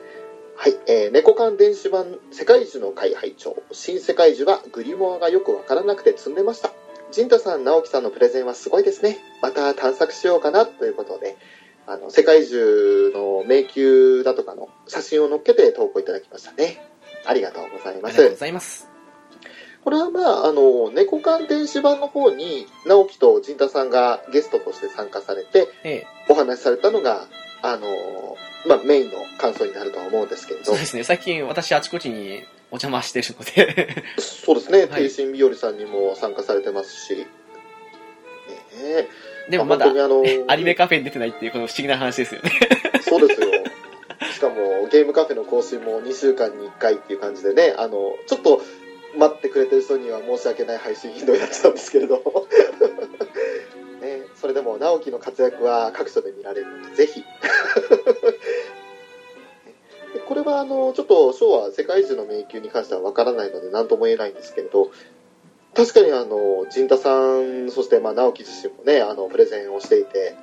はい、えー、猫缶電子版世界樹の会拝聴新世界樹はグリモアがよくわからなくて積んでました陣太さん直樹さんのプレゼンはすごいですねまた探索しようかなということであの世界樹の迷宮だとかの写真を載っけて投稿いただきましたねありがとうございあまりがとうごすざいます。これはまああの猫缶電子版の方に直樹と陣太さんがゲストとして参加されてええ、お話しされたのがあのまあ、メインの感想になるとは思うんですけれどそうですね。最近私あちこちにお邪魔してるの で、そうですね、はい天心日和さんにも参加されてますし、ねえでもまだ本、当にあ のアニメカフェに出てないっていうこの不思議な話ですよね。そうですよ、しかもゲームカフェの更新も2週間に1回っていう感じでね、あのちょっと待ってくれてる人には申し訳ない配信頻度になってたんですけれど、ね え、それでも直樹の活躍は各所で見られるので、ぜひ。 でこれはあのちょっとショーは世界中の迷宮に関してはわからないので何とも言えないんですけれど確かにあの陣田さんそしてまあ直樹自身もねあのプレゼンをしていて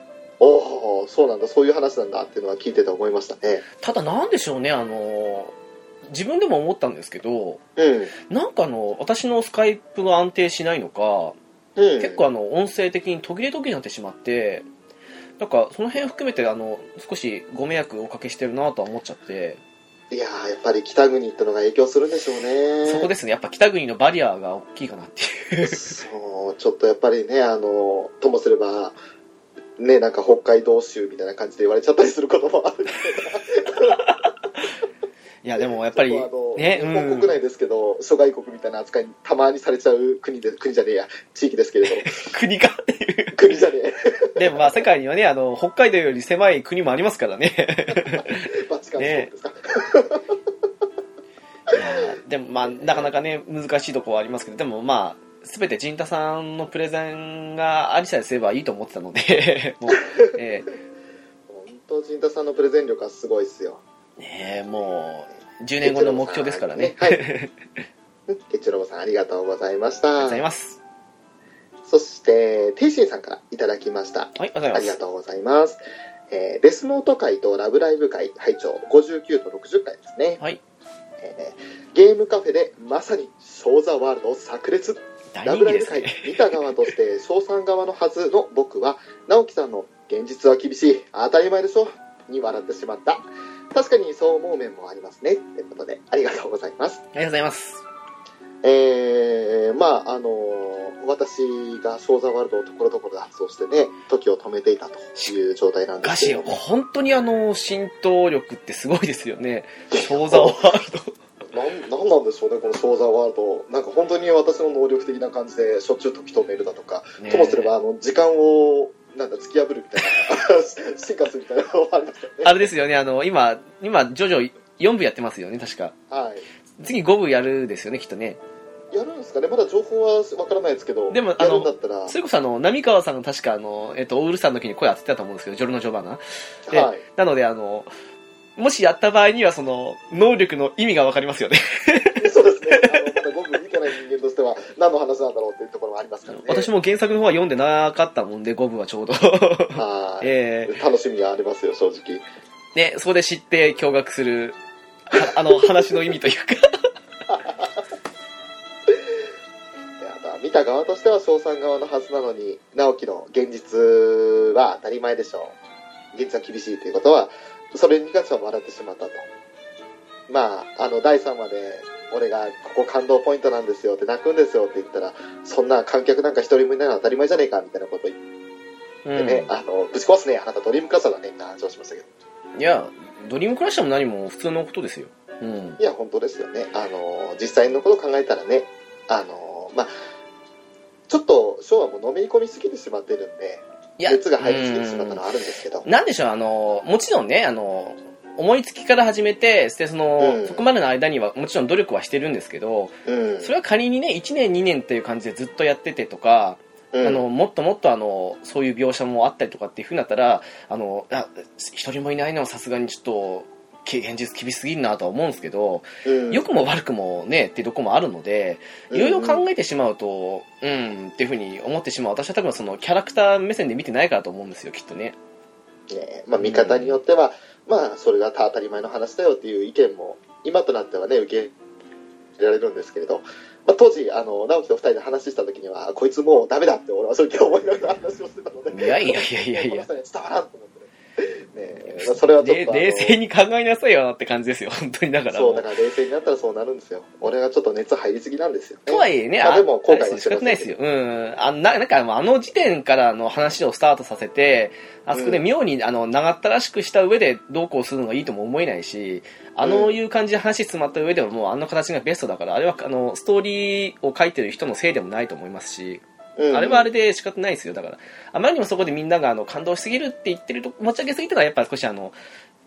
おおそうなんだそういう話なんだっていうのは聞いてて思いましたねただなんでしょうね、あの、自分でも思ったんですけど、うん、なんかあの、私のスカイプが安定しないのか、うん、結構あの音声的に途切れ途切れになってしまってなんかその辺含めてあの少しご迷惑をおかけしてるなとは思っちゃっていやーやっぱり北国ってのが影響するんでしょうねそこですねやっぱ北国のバリアが大きいかなっていうそうちょっとやっぱりねあのともすればねなんか北海道州みたいな感じで言われちゃったりすることもあるいやでもやっぱりちょっとあのねう日本ん国内ですけど、諸外国みたいな扱いにたまにされちゃう国で国じゃねえや地域ですけれ ど国がっていう国じゃねえでもまあ世界にはねあの北海道より狭い国もありますからねバチカンスコープですか、いやでもまあなかなかね難しいとこはありますけどでもまあ全て陣太さんのプレゼンがありさえすればいいと思ってたのでもう、え本当陣田さんのプレゼン力はすごいですよーねえもう10年後の目標ですからねはい ケチロボさんありがとうございましありがとうたございますそしてテイシンさんからいただきましたはいありがとうあござりいまがすとうございます、えーデスノート会とラブライブ会拝聴59と60回ですね、はいえーゲームカフェでまさにショーザワールド炸裂大ラ人気ブライでブす会ね。見た側 として賞賛側のはずの僕は直樹さんの「現実は厳しい当たり前でしょ」に笑ってしまった確かにそう思う面もありますねということでありがとうございますありがとうございます。えー、まああのー私が「ショーザワールド」をところどころで発動してね時を止めていたという状態なんでガすけシ、ど本当にあの、浸透力ってすごいですよね。小沢ワールド。なんなんなんでしょうねこの「ショーザワールド」なんか本当に私の能力的な感じでしょっちゅう時止めるだとかともすればあの時間をなんだ突き破るみたいな 進化するみたいなのがありましたねあれですよね、あの、今、今、ジョジョ4部やってますよね、確か。はい次5部やるですよね、きっとね。やるんですかねまだ情報はわからないですけどでもやあるのんだったらはそれこそあの、波川さんが確かあの、えっと、オールスターの時に声当ててたと思うんですけど、ジョルノ・ジョバナ。でいなので、あの、もしやった場合には、その、能力の意味がわかりますよね。 そうですねあのまだ5分見てない人間としては何の話なんだろうっていうところもありますからね私も原作の方は読んでなかったもんで、5部はちょうど。はい、えー楽しみがありますよ正直ね、そこで知って驚愕する、ああの、話の意味というか。いやまあ見た側としては賞賛側のはずなのに直樹の現実は当たり前でしょう現実は厳しいということはそれに関しては笑ってしまったとまああの第3話で俺がここ感動ポイントなんですよって泣くんですよって言ったらそんな観客なんか一人もいないのは当たり前じゃねえかみたいなこと言うってね、あのぶち壊すねあなたドリームカサだねみたいな話をしましたけどいや、ドリームクラッシャーも何も普通のことですよ。うんいや、本当ですよね。あの、実際のことを考えたらね、あの、まあ、ちょっと昭和も飲み込みすぎてしまってるんで、いや熱が入りすぎてしまったのはあるんですけど、なんでしょう、あの、もちろんね、あの、思いつきから始めて、そしてその、うんそこまでの間にはもちろん努力はしてるんですけど、うん、それは仮にね、1年2年っていう感じでずっとやっててとか、うんあの、もっともっとあの、そういう描写もあったりとかっていう風になったら、あの、あ一人もいないのはさすがにちょっと、き現実厳しすぎるなとは思うんですけど、うん良くも悪くもね、っていうとこもあるので、いろいろ考えてしまうと、うん、っていう風に思ってしまう。私は多分そのキャラクター目線で見てないからと思うんですよ、きっとね。ねまあ、見方によっては、まあ、それが当たり前の話だよっていう意見も、今となってはね、受け入れられるんですけれど、まあ、当時、あの、直樹と二人で話した時には、こいつもうダメだって俺はそういう思いながら話をしてたのいで、やいやいやいやいやこ。の人には伝わらんと思ってね。ねえまあ、それはちょっでとあの。冷静に考えなさいよなって感じですよ、本当にだからもそうう、だから冷静になったらそうなるんですよ。俺がちょっと熱入りすぎなんですよね。とはいえね、まああでも後悔はあれですよして仕方なまいせでんすけよ。うん。あななんか、あの時点からの話をスタートさせて、あそこでうん妙に、あの、長ったらしくした上でどうこうするのがいいとも思えないし、あのいう感じで話詰まった上ではもうあの形がベストだから、あれは、あの、ストーリーを書いてる人のせいでもないと思いますし、うんあれはあれで仕方ないですよ。だから、あまりにもそこでみんながあの感動しすぎるって言ってると、持ち上げすぎたらやっぱ少しあの、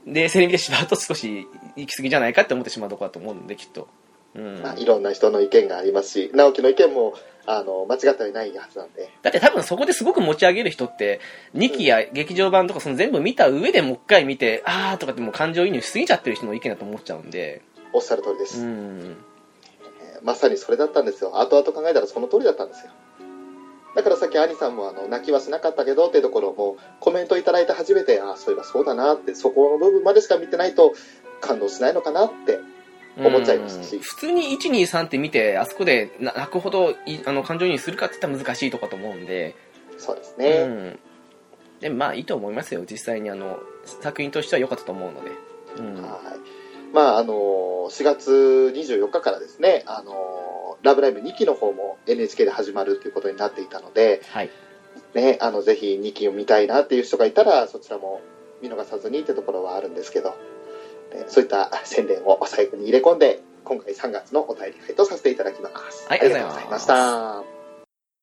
冷静に見てしまうと少し行き過ぎじゃないかって思ってしまうところだと思うんで、きっと。うん。まあ、いろんな人の意見がありますし、直樹の意見も、あの、間違ってはいないはずなんで。だって多分そこですごく持ち上げる人って、2期や劇場版とかその全部見た上でもう一回見て、あーとかってもう感情移入しすぎちゃってる人の意見だと思っちゃうんで。おっしゃる通りです。うん。えーまさにそれだったんですよ後々考えたらその通りだったんですよだからさっき兄さんもあの泣きはしなかったけどっていうところもコメントいただいて初めてああそういえばそうだなってそこの部分までしか見てないと感動しないのかなって思っちゃいますしうん普通に1、2、3って見て、あそこでな泣くほどいあの感情移入するかって言ったら難しいとかと思うんで。そうですうね、ん、でもまあいいと思いますよ実際にあの作品としては良かったと思うので、うんはいまああのー4月24日からですね「あのーラブライブ!」2期の方も NHK で始まるということになっていたので、はい、ね、あのぜひ2期を見たいなっていう人がいたらそちらも見逃さずにってところはあるんですけど、ねそういった宣伝を最後に入れ込んで今回3月のお便りフェとさせていただきます、はいありがとうございましたあり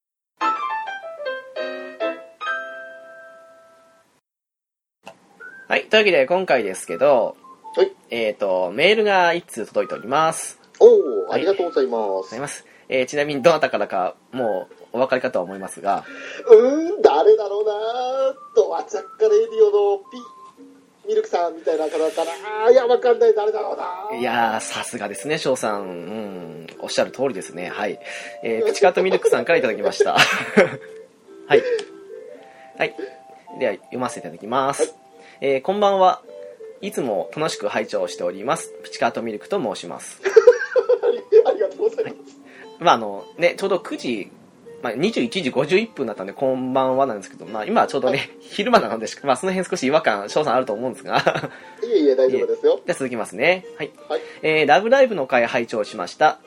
はい、というわけで今回ですけど、はいえっ、とメールが1通届いておりますおおありがとうございまごす、ざいます、えーちなみにどなたからかもうお分かりかとは思いますがうーん誰だろうなードアチャッカレディオのピミルクさんみたいな方かなあーいやわかんない誰だろうないやーさすがですね翔さん、うん、おっしゃる通りですねはい、えー、プチカートミルクさんからいただきま したはいはいでは読ませていただきます、えーこんばんはいつも楽しく拝聴しておりますプチカートミルクと申しますありがとうございます、まああのね、ちょうど9時、まあ、21時51分だったんで、こんばんはなんですけど、まあ、今はちょうどね、昼間なので、まあ、その辺少し違和感、翔さんあると思うんですが、い、えいえ大丈夫ですよじゃあ続きますね。はい。はいえー、ラブライブの回拝聴しました。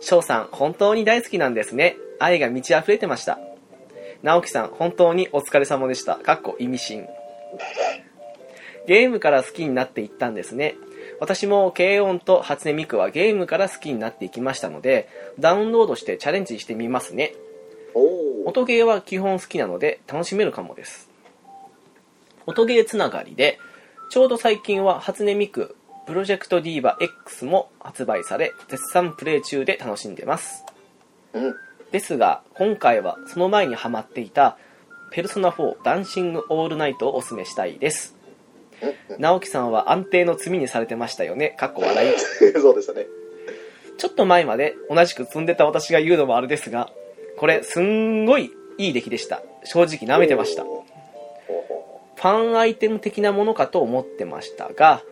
翔さん、本当に大好きなんですね。愛が満ち溢れてました。直樹さん、本当にお疲れ様でした。かっこ意味深。ゲームから好きになっていったんですね。私も軽音と初音ミクはゲームから好きになっていきましたので、ダウンロードしてチャレンジしてみますね。おお音ゲーは基本好きなので楽しめるかもです音ゲーつながりでちょうど最近は初音ミクプロジェクトディーバ X も発売され絶賛プレイ中で楽しんでますうんですが今回はその前にハマっていた「ペルソナ4ダンシングオールナイト」をおすすめしたいです直樹さんは安定の罪にされてましたよねかっこ笑い そうでしたねちょっと前まで同じく積んでた私が言うのもあれですがこれすんごいいい出来でした正直舐めてましたおーほうほうほうファンアイテム的なものかと思ってましたが、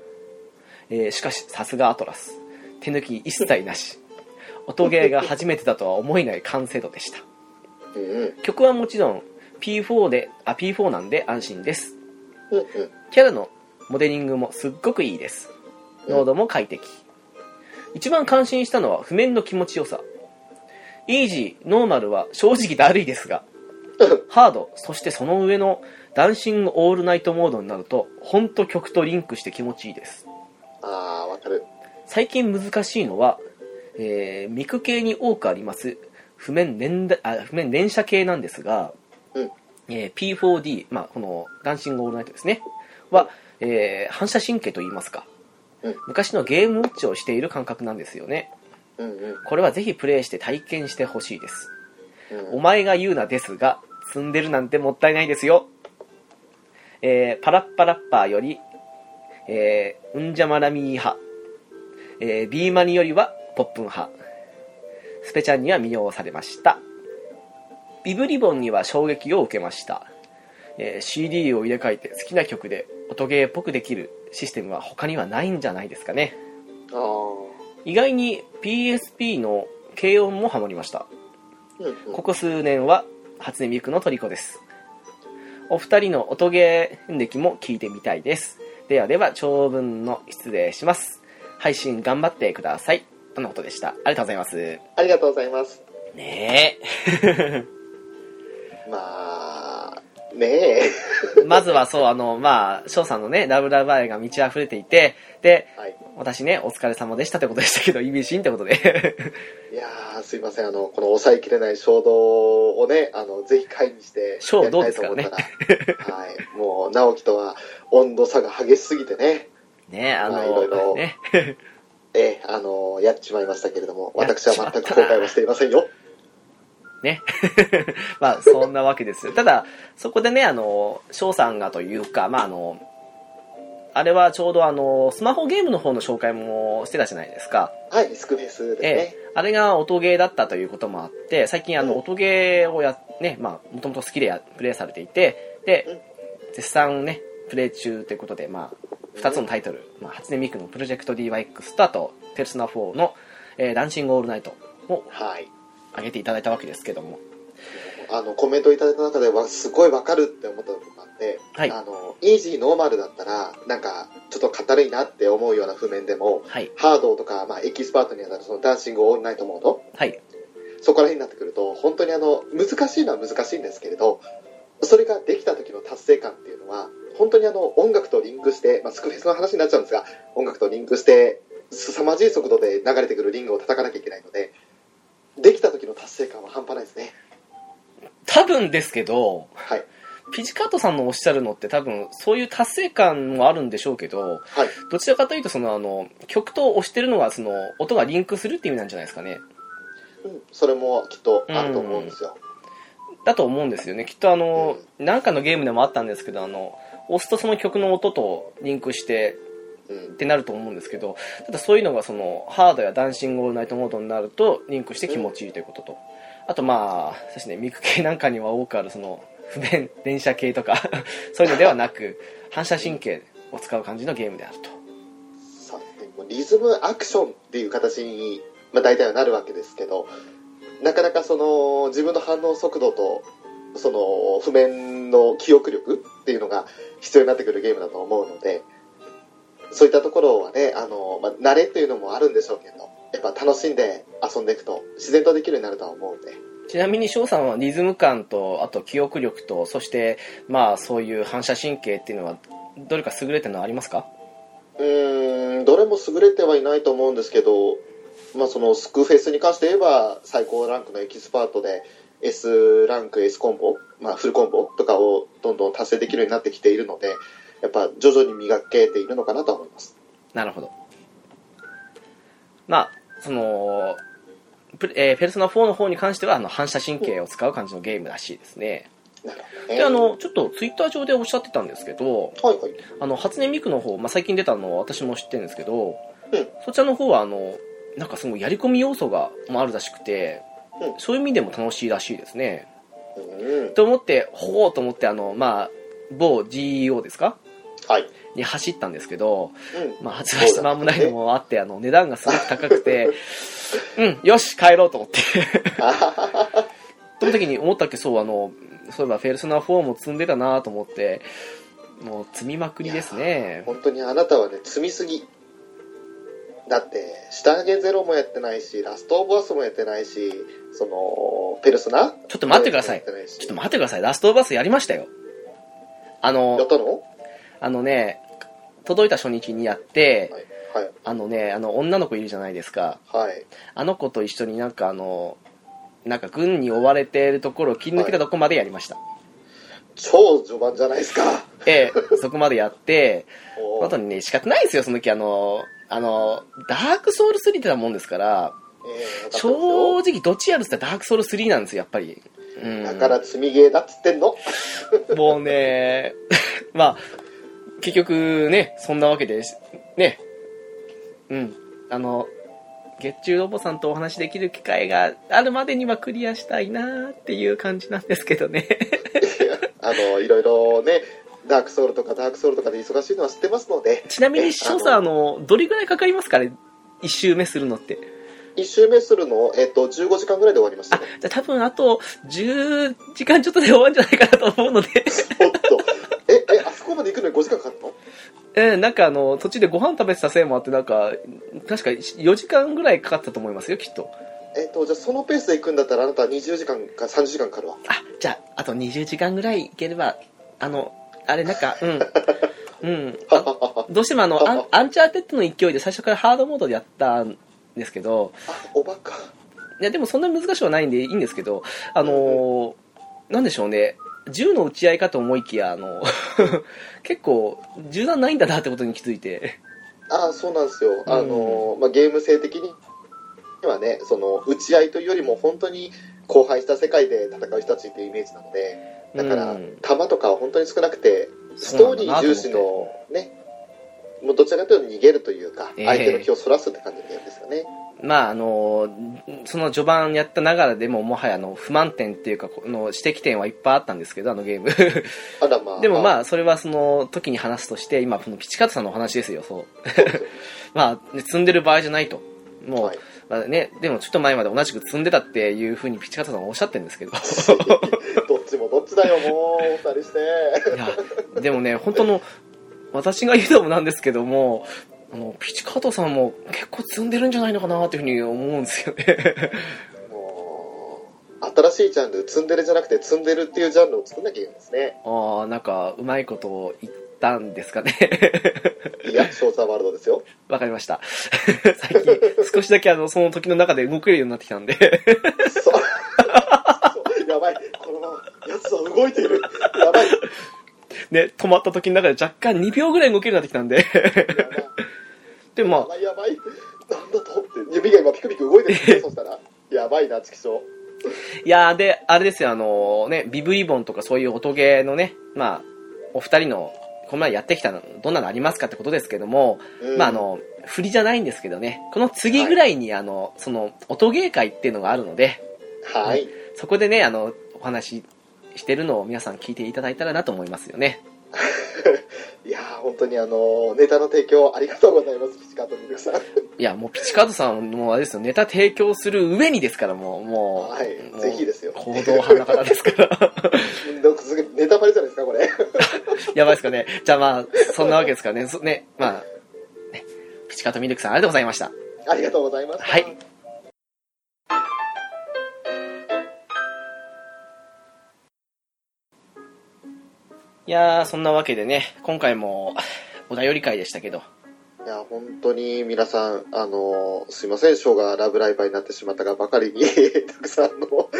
えーしかしさすがアトラス手抜き一切なし音ゲーが初めてだとは思えない完成度でしたうんうん曲はもちろん P4 であ P4 なんで安心ですうんうんキャラのモデリングもすっごくいいです濃度も快適一番感心したのは譜面の気持ちよさイージーノーマルは正直だるいですがハードそしてその上のダンシングオールナイトモードになるとほんと曲とリンクして気持ちいいですああわかる最最近難しいのは、えー、肉系に多くあります譜面連打あ譜面連射系なんですが、うんえー P4D、まあ、この「ダンシング・オールナイト」ですねは、えー反射神経といいますか、うん昔のゲームウォッチをしている感覚なんですよねうんうんこれはぜひプレイして体験してほしいですうんお前が言うなですが、積んでるなんてもったいないですよ。えー、パラッパラッパーより、えー、うんじゃまらみー派、えー、ビーマニよりはポップン派、スペちゃんには魅了されました。ビブリボンには衝撃を受けました。えー CD を入れ替えて好きな曲で音ゲーっぽくできるシステムは他にはないんじゃないですかね。あー意外に PSP の軽音もハマりました。うんうんここ数年は初音ミクの虜ですお二人の音ゲー演劇も聞いてみたいですではでは長文の失礼します配信頑張ってくださいとのことでしたありがとうございますありがとうございますねまあねええまずはそうあのまあ翔さんのねラブラブ愛が満ち溢れていてではい私ねお疲れ様でしたってことでしたけどイビシンってことでいやーすいませんあのこの抑えきれない衝動をねあのぜひ会にして衝動でやりすたかいらと思ねったら、はいもう直樹とは温度差が激しすぎてね ねえあまあいろいのろねええあのやっちまいましたけれども私はやっちま全ったくな後悔はしていませんよね。 まあ、そんなわけですよ。ただ、そこでね、あの、翔さんがというか、まあ、あの、あれはちょうどあの、スマホゲームの方の紹介もしてたじゃないですか。はいスクフェスですね、ええ。あれが音ゲーだったということもあって、最近あの、うん音ゲーをや、ね、まあ、もともと好きでやプレイされていて、で、絶賛ね、プレイ中ということで、まあ、2つのタイトル、まあ、初音ミクのプロジェクト DYX と、あと、ペルソナ4の、えーダンシングオールナイトをはい挙げていただいたわけですけども。あのコメントいただいた中ではすごいわかるって思った部分があって、はいあのイージーノーマルだったらなんかちょっと硬いなって思うような譜面でもはい。ハードとか、まあ、エキスパートにあたるそのダンシングオールナイトモードはい。そこら辺になってくると本当にあの難しいのは難しいんですけれどそれができた時の達成感っていうのは本当にあの音楽とリンクして、まあ、スクフェスの話になっちゃうんですが音楽とリンクして凄まじい速度で流れてくるリングを叩かなきゃいけないのでできた時の達成感は半端ないですね多分ですけど、はいピチカートさんのおっしゃるのって多分そういう達成感もあるんでしょうけどはいどちらかというとそのあの曲と押してるのがその音がリンクするっていう意味なんじゃないですかねうんそれもきっとあると思うんですよ。だと思うんですよねきっとあの、なんかのゲームでもあったんですけどあの押すとその曲の音とリンクしてうんってなると思うんですけどただそういうのがそのハードやダンシングオールナイトモードになるとリンクして気持ちいいということと、あとまあそうですねミク系なんかには多くあるその不便電車系とか そういうのではなく反射神経を使う感じのゲームであるとさあでもリズムアクションっていう形に、まあ、大体はなるわけですけどなかなかその自分の反応速度とその譜面の記憶力っていうのが必要になってくるゲームだと思うのでそういったところはねあの、まあ、慣れというのもあるんでしょうけどやっぱ楽しんで遊んでいくと自然とできるようになるとは思うんでちなみに翔さんはリズム感とあと記憶力とそしてまあそういう反射神経っていうのはどれか優れてるのはありますかうーんどれも優れてはいないと思うんですけど、まあ、そのスクフェスに関して言えば最高ランクのエキスパートで S ランク S コンボ、まあ、フルコンボとかをどんどん達成できるようになってきているのでやっぱ徐々に磨けているのかなとは思いますなるほど。まあ、その、プレえーペルソナ4の方に関しては、あの、反射神経を使う感じのゲームらしいですね。なるほどねで、あの、ちょっとツイッター上でおっしゃってたんですけど、はいはいあの、初音ミクの方、まあ、最近出たのは私も知ってるんですけど、うんそちらの方は、あの、なんかすごいやり込み要素が、もあるらしくて、うんそういう意味でも楽しいらしいですね。うんと思って、ほうと思って、あの、まあ、某 GEO ですかはい、に走ったんですけど、うんまあ、発売して間もないのもあって、あの、値段がすごく高くて、うん、よし、帰ろうと思って。あははははその時に思ったっけ、そう、あの、そういえば、フェルソナ4も積んでたなと思って、もう、積みまくりですね。本当にあなたはね積みすぎだって下上げゼロもやってないしラストオブアスもやってないしそのペルソナちょっと待ってください。もやってないしちょっと待ってください。ラストオブアスやりましたよ。あやっの、たのあのね、届いた初日にやって、はい。はい。あのねあの女の子いるじゃないですかはい。あの子と一緒になんかあのなんか軍に追われているところを切り抜けたとこまでやりました、超序盤じゃないですか。ええそこまでやっておー本当にね仕方ないですよその時あのあのダークソウル3ってなもんですからええわかってますよ正直どっちやるっつったらダークソウル3なんですよやっぱり、うん、だから積みゲーだっつってんの。 もうね まあ結局ねそんなわけでねうんあの月中ロボさんとお話できる機会があるまでにはクリアしたいなーっていう感じなんですけどね あの、いろいろね、ダークソウルとかダークソウルとかで忙しいのは知ってますので、ちなみに所さんあのどれぐらいかかりますかね一周目するのって一周目するの、えっと、15時間ぐらいで終わりましたあね。 じゃあ多分あと10時間ちょっとで終わるんじゃないかなと思うの でおっと。え、え、あそこまで行くのに5時間かかったのうんなんかあの途中でご飯食べてたせいもあってなんか確か4時間ぐらいかかったと思いますよきっとえっと、じゃあそのペースで行くんだったらあなたは20時間か30時間かかるわ。あじゃああと20時間ぐらいいければあのあれなんかうん うんああ、どうしてもあのアンアンチャーテッドの勢いで最初からハードモードでやったんですけどおバカ。いやでもそんな難しくはないんでいいんですけどあのーなんでしょうね銃の撃ち合いかと思いきやあの 結構銃弾ないんだなってことに気づいてあそうなんですよ、あのまあ、ゲーム性的にはねその打ち合いというよりも本当に荒廃した世界で戦う人たちっていうイメージなのでだから、うん弾とかは本当に少なくてスそうトーなんだリなーと思重って視のねもうどちらかというと逃げるというか、ええ相手の気をそらすって感じのゲームですよねまああのその序盤やったながらでももはやあの不満点っていうかこの指摘点はいっぱいあったんですけどあのゲーム あらまあでもまああそれはその時に話すとして今このピチカートさんのお話ですよそうまあ、ね、積んでる場合じゃないともう、はい まあね、でもちょっと前まで同じく積んでたっていうふうにピチカートさんはおっしゃってるんですけどいどっちもどっちだよもうお二人してやでもね本当の私が言うのもなんですけどもあのピチカートさんも結構積んでるんじゃないのかなっていうふうに思うんですよね もう新しいジャンルツンデレじゃなくてツンデルっていうジャンルを作んなきゃいけないですねああなんかうまいことを言ったんですかね いやショーツアワールドですよわかりました 最近少しだけあのその時の中で動けるようになってきたんで そうそう やばいこのままやつは動いているやばいやね、止まった時の中で若干2秒ぐらい動けるようになってきたんで。 で、ばいやまあ、ばいやばいなんだとって指が今ピクピク動いてるんですよそしたらやばいなチキショいやーで、あれですよ、あのね、ビブリボンとかそういう音ゲーのね、まあ、お二人の、この前やってきたの、どんなのありますかってことですけども、う、うんまあ、あの、振りじゃないんですけどね、この次ぐらいに、あの、その、音ゲー会っていうのがあるので、はいそこでね、あの、お話ししてるのを皆さん聞いていただいたらなと思いますよね。いやー本当にあのネタの提供ありがとうございますピチカートミルクさんいや、もう、ピチカードさんも、あれですよ、ネタ提供する上にですから、もう、もう、はいもうぜひですよ行動派な方ですから。 なんかすげえネタバレじゃないですかこれやばいですかね。じゃあまあ、そんなわけですからね。そね、まあ、ね、ピチカートミルクさんありがとうございました。ありがとうございますはいいやー、そんなわけでね、今回もお便り会でしたけど、いや本当に皆さんあのすいませんショーが「ラブライバー!」になってしまったがばかりに たくさんの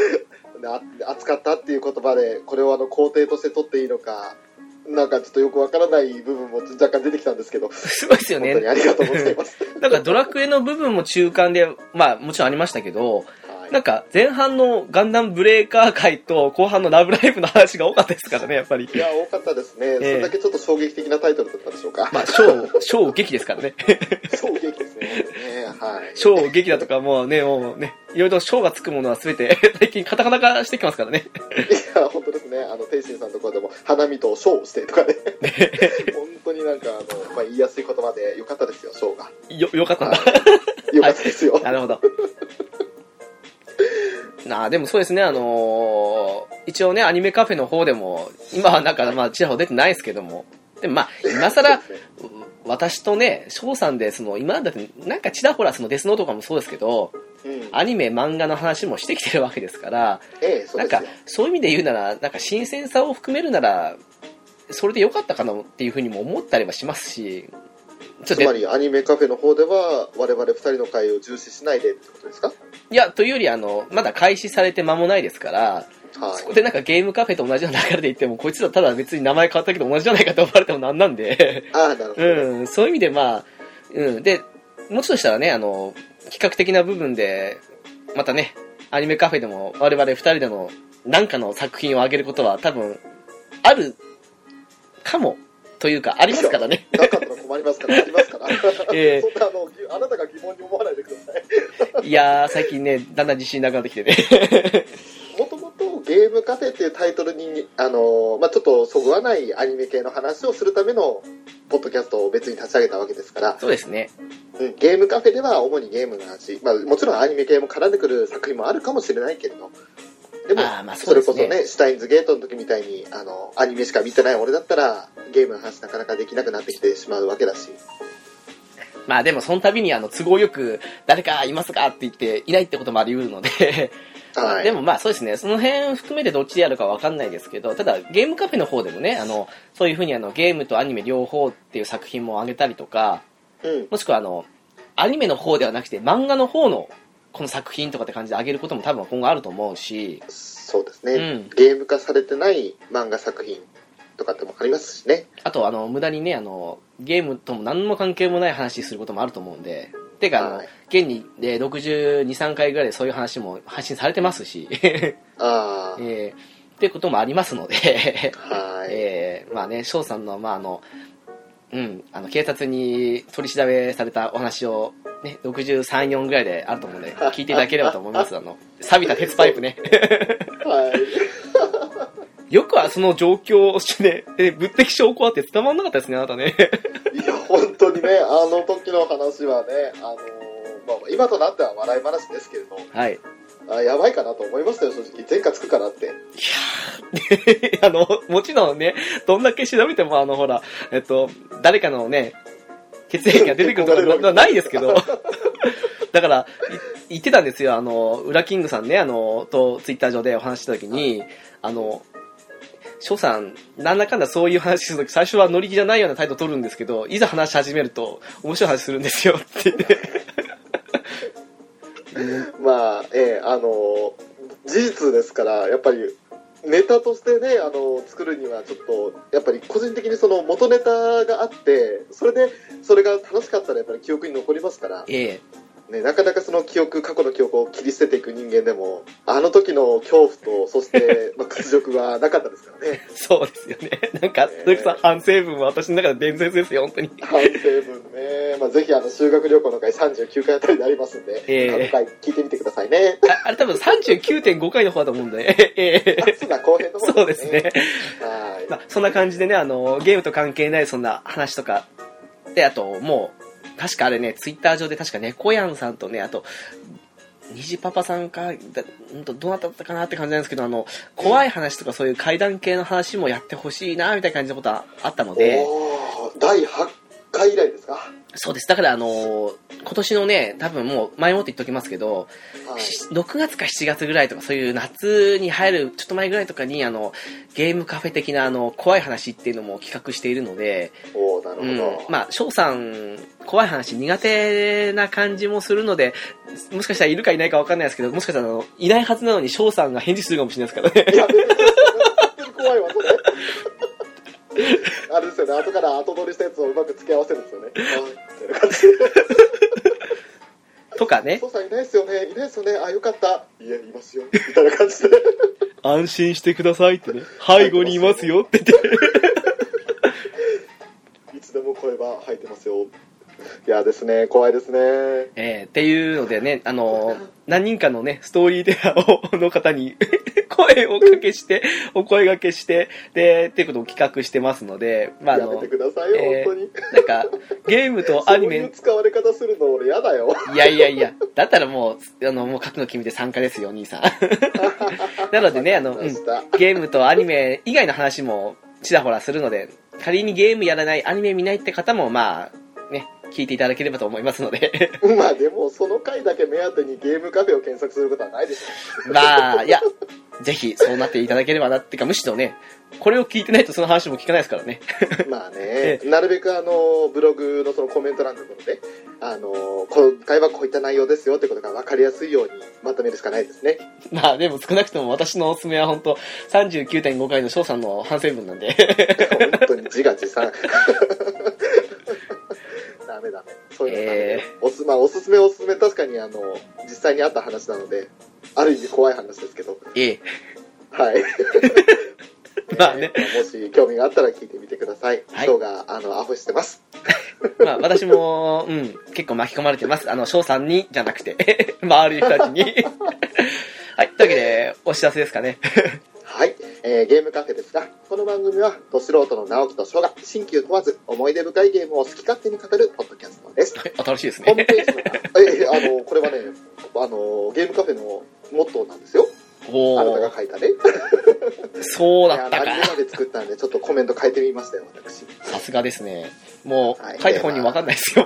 な扱ったっていう言葉でこれをあの肯定として取っていいのかなんかちょっとよくわからない部分も若干出てきたんですけど本すごいですよ当にね。ありがとうございます なんかドラクエの部分も中間で、まあもちろんありましたけど、はいなんか前半のガンダムブレーカー会と後半のラブライブの話が多かったですからね、やっぱりい。や多かったですね、それだけちょっと衝撃的なタイトルだったでしょうか、まあ、小、小劇ですからね。 衝撃ですねねはい小劇だとかもうね、もうね、いろいろ小がつくものは全て 最近カタカナ化してきますからね。いや本当ですねあの天心さんとこでも花見とショーをしてとかね本当になんかあの、まあ、言いやすい言葉でよかったですよショーがよ、よかったんだ。よかったですよ。なるほど。なあ、でもそうですね、あのー一応ね、アニメカフェの方でも、今はなんか、まあ、ちらほら出てないですけども、でもまあ、今更、うそうですね私とね、翔さんで、その、今だって、なんかちらほら、その、デスノートとかもそうですけど、うん、アニメ、漫画の話もしてきてるわけですから、ええ、そなうんですかよ。、そういう意味で言うなら、なんか、新鮮さを含めるなら、それで良かったかなっていうふうにも思ったりはしますし、ちょっつまとりアニメカフェの方では我々2人の会を重視しないでってことですかいやというよりあのまだ開始されて間もないですからはそこでなんかゲームカフェと同じような流れで言ってもこいつらただ別に名前変わったけど同じじゃないかと思われてもなんなんでい。ああ、なるほど。うん、そういう意味でまあ、うん、で、もうちょっとしたらね、あの、企画的な部分で、またね、アニメカフェでも我々二人での何かの作品をあげることは多分、ある、かも、というか、ありますからね。なかったら困りますから、ありますから。 ええそんなあのぎあなたが疑問に思わないでください。いやー、最近ね、だんだん自信なくなってきてね。もともとゲームカフェっていうタイトルに、あのーまあ、ちょっとそぐわないアニメ系の話をするためのポッドキャストを別に立ち上げたわけですから、 そうですね。うんゲームカフェでは主にゲームの話、まあ、もちろんアニメ系も絡んでくる作品もあるかもしれないけれど、でもあーまあ、そそうでれすこそね。ね、シュタインズゲートの時みたいに、あの、アニメしか見てない俺だったら、ゲームの話なかなかできなくなってきてしまうわけだし。まあでも、その度にあの、都合よく、誰かいますかって言って、いないってこともあり得るので、はい。でもまあそうですね、その辺含めてどっちでやるかわかんないですけど、ただゲームカフェの方でもね、あの、そういうふうにあのゲームとアニメ両方っていう作品もあげたりとか、うん。もしくはあの、アニメの方ではなくて漫画の方のこの作品とかって感じであげることも多分今後あると思うし、そうですね、うんゲーム化されてない漫画作品とかってもありますしね。あとあの、無駄にね、あの、ゲームとも何も関係もない話することもあると思うんで、てかあの、はい現にで62、3回ぐらいでそういう話も発信されてますし、 ああ、えーっていうこともありますので、はい、えーまあね翔さんの,、まああのうん、あの警察に取り調べされたお話を、ね、634ぐらいであると思うので聞いていただければと思いますあの錆びた鉄パイプねはい。よくはその状況をして、ね、で物的証拠あって捕まんなかったですねあなたねいや、本当にね、あの時の話はね、あのーまあ、今となっては笑い話ですけれど、はいいあやばいかなと思いましたよ、正直。前科つくかなって。やー あのもちろんねどんだけ調べてもあのほらえっと誰かのね血液が出てくるとかなないですけど だからい言ってたんですよあの裏キングさんねあのとツイッター上でお話しした時にあの翔さんなんだかんだそういう話する時最初は乗り気じゃないような態度取るんですけどいざ話し始めると面白い話するんですよって言ってまあ、ええあの事実ですから、やっぱり、ネタとしてね、あの作るにはちょっと、やっぱり個人的にその元ネタがあって、それで、それが楽しかったらやっぱり記憶に残りますから、ええね、なかなかその記憶、過去の記憶を切り捨てていく人間でも、あの時の恐怖と、そして、まあ、屈辱はなかったですからね。そうですよねなんか鈴木さん反省文は私の中で伝説ですよ本当に反省文ね。まあ、ぜひ、あの、修学旅行の回39回あたりになりますんで、ええあの回聞いてみてくださいね。ああれ多分39.5回の方だと思うんで、ええあそんな後編の方そうですね。はい。まあ、そんな感じでね、あの、ゲームと関係ないそんな話とか。で、あと、もう、確かあれね、ツイッター上で確か猫やんさんとね、あと、虹パパさんか、だうんとどなただったかなって感じなんですけど、あの、怖い話とかそういう怪談系の話もやってほしいな、みたいな感じのことはあったので、おー第8回以来ですか、はそうです。だから、あの、今年のね、多分もう前もって言っておきますけど、い、 6月か7月ぐらいとかそういう夏に入るちょっと前ぐらいとかにあのゲームカフェ的なあの怖い話っていうのも企画しているので、おおなるうほんど、、まあ翔さん怖い話苦手な感じもするのでもしかしたらいるかいないかわかんないですけどもしかしたらあのいないはずなのに翔さんが返事するかもしれないですからね いや別に本当に怖いわそれあれですよね後から後取りしたやつをうまく付け合わせるんですよねあーみたいな感じとかね父さんいないですよねいないですよねあよかったいやいますよみたいな感じで安心してくださいってね背後にいますよって言っていつでも声は入ってますよいやですね怖いですねえーっていうのでね、あのー何人かのね、ストーリーテラーをの方に 声をかけして、お声がけして、で、っていうことを企画してますので、まあ、あやめのて、くださいよ、えー本当になんか、ゲームとアニそういメう、使われ方するの俺やだよいやいやいや、だったらもう、あの、もう書くの決めて参加ですよ、お兄さん。 なのでね、あの、う明ん日ゲームとアニメ以外の話もちらほらするので、仮にゲームやらない、アニメ見ないって方も、まあ、ね、聞いていただければと思いますので。まあでも、その回だけ目当てにゲームカフェを検索することはないでし まあ、いや、ぜひそうなっていただければなってか、むしろね、これを聞いてないとその話も聞かないですからね。 ょ。まあね、なるべくあの、ブログのそのコメント欄のところで、あの、今回はこういった内容ですよってことが分かりやすいようにまとめるしかないですね。まあ、でも少なくとも私のおすすめは本当39.5回の翔さんの反省文なんで。本当に自画自賛。 ダメダメ。そういうのダメだえよおす、まあ、おすすめおすすめ、確かにあの、実際にあった話なので、ある意味怖い話ですけど、 ええ。はい。 まあねえーもし興味があったら聞いてみてください。はい今日が、あの、アホしてます。まあ、私も、うん、結構巻き込まれてます。あの、翔さんに、じゃなくて、 周りの人たちに。はい、というわけで、お知らせですかね。 はい、えーゲームカフェですが、この番組は、ど素人の直樹と翔が、新旧問わず、思い出深いゲームを好き勝手に語るポッドキャスト です。新しいですホームね。ページの、えーあの、これはね、あの、ゲームカフェのモットーなんですよ。おあなたおが書いたね。そうだっあたのアニかメ。まで作ったんで、ちょっとコメント変えてみましたよ、私。さすがですね。も、はいう書いた本人わかんないですよ。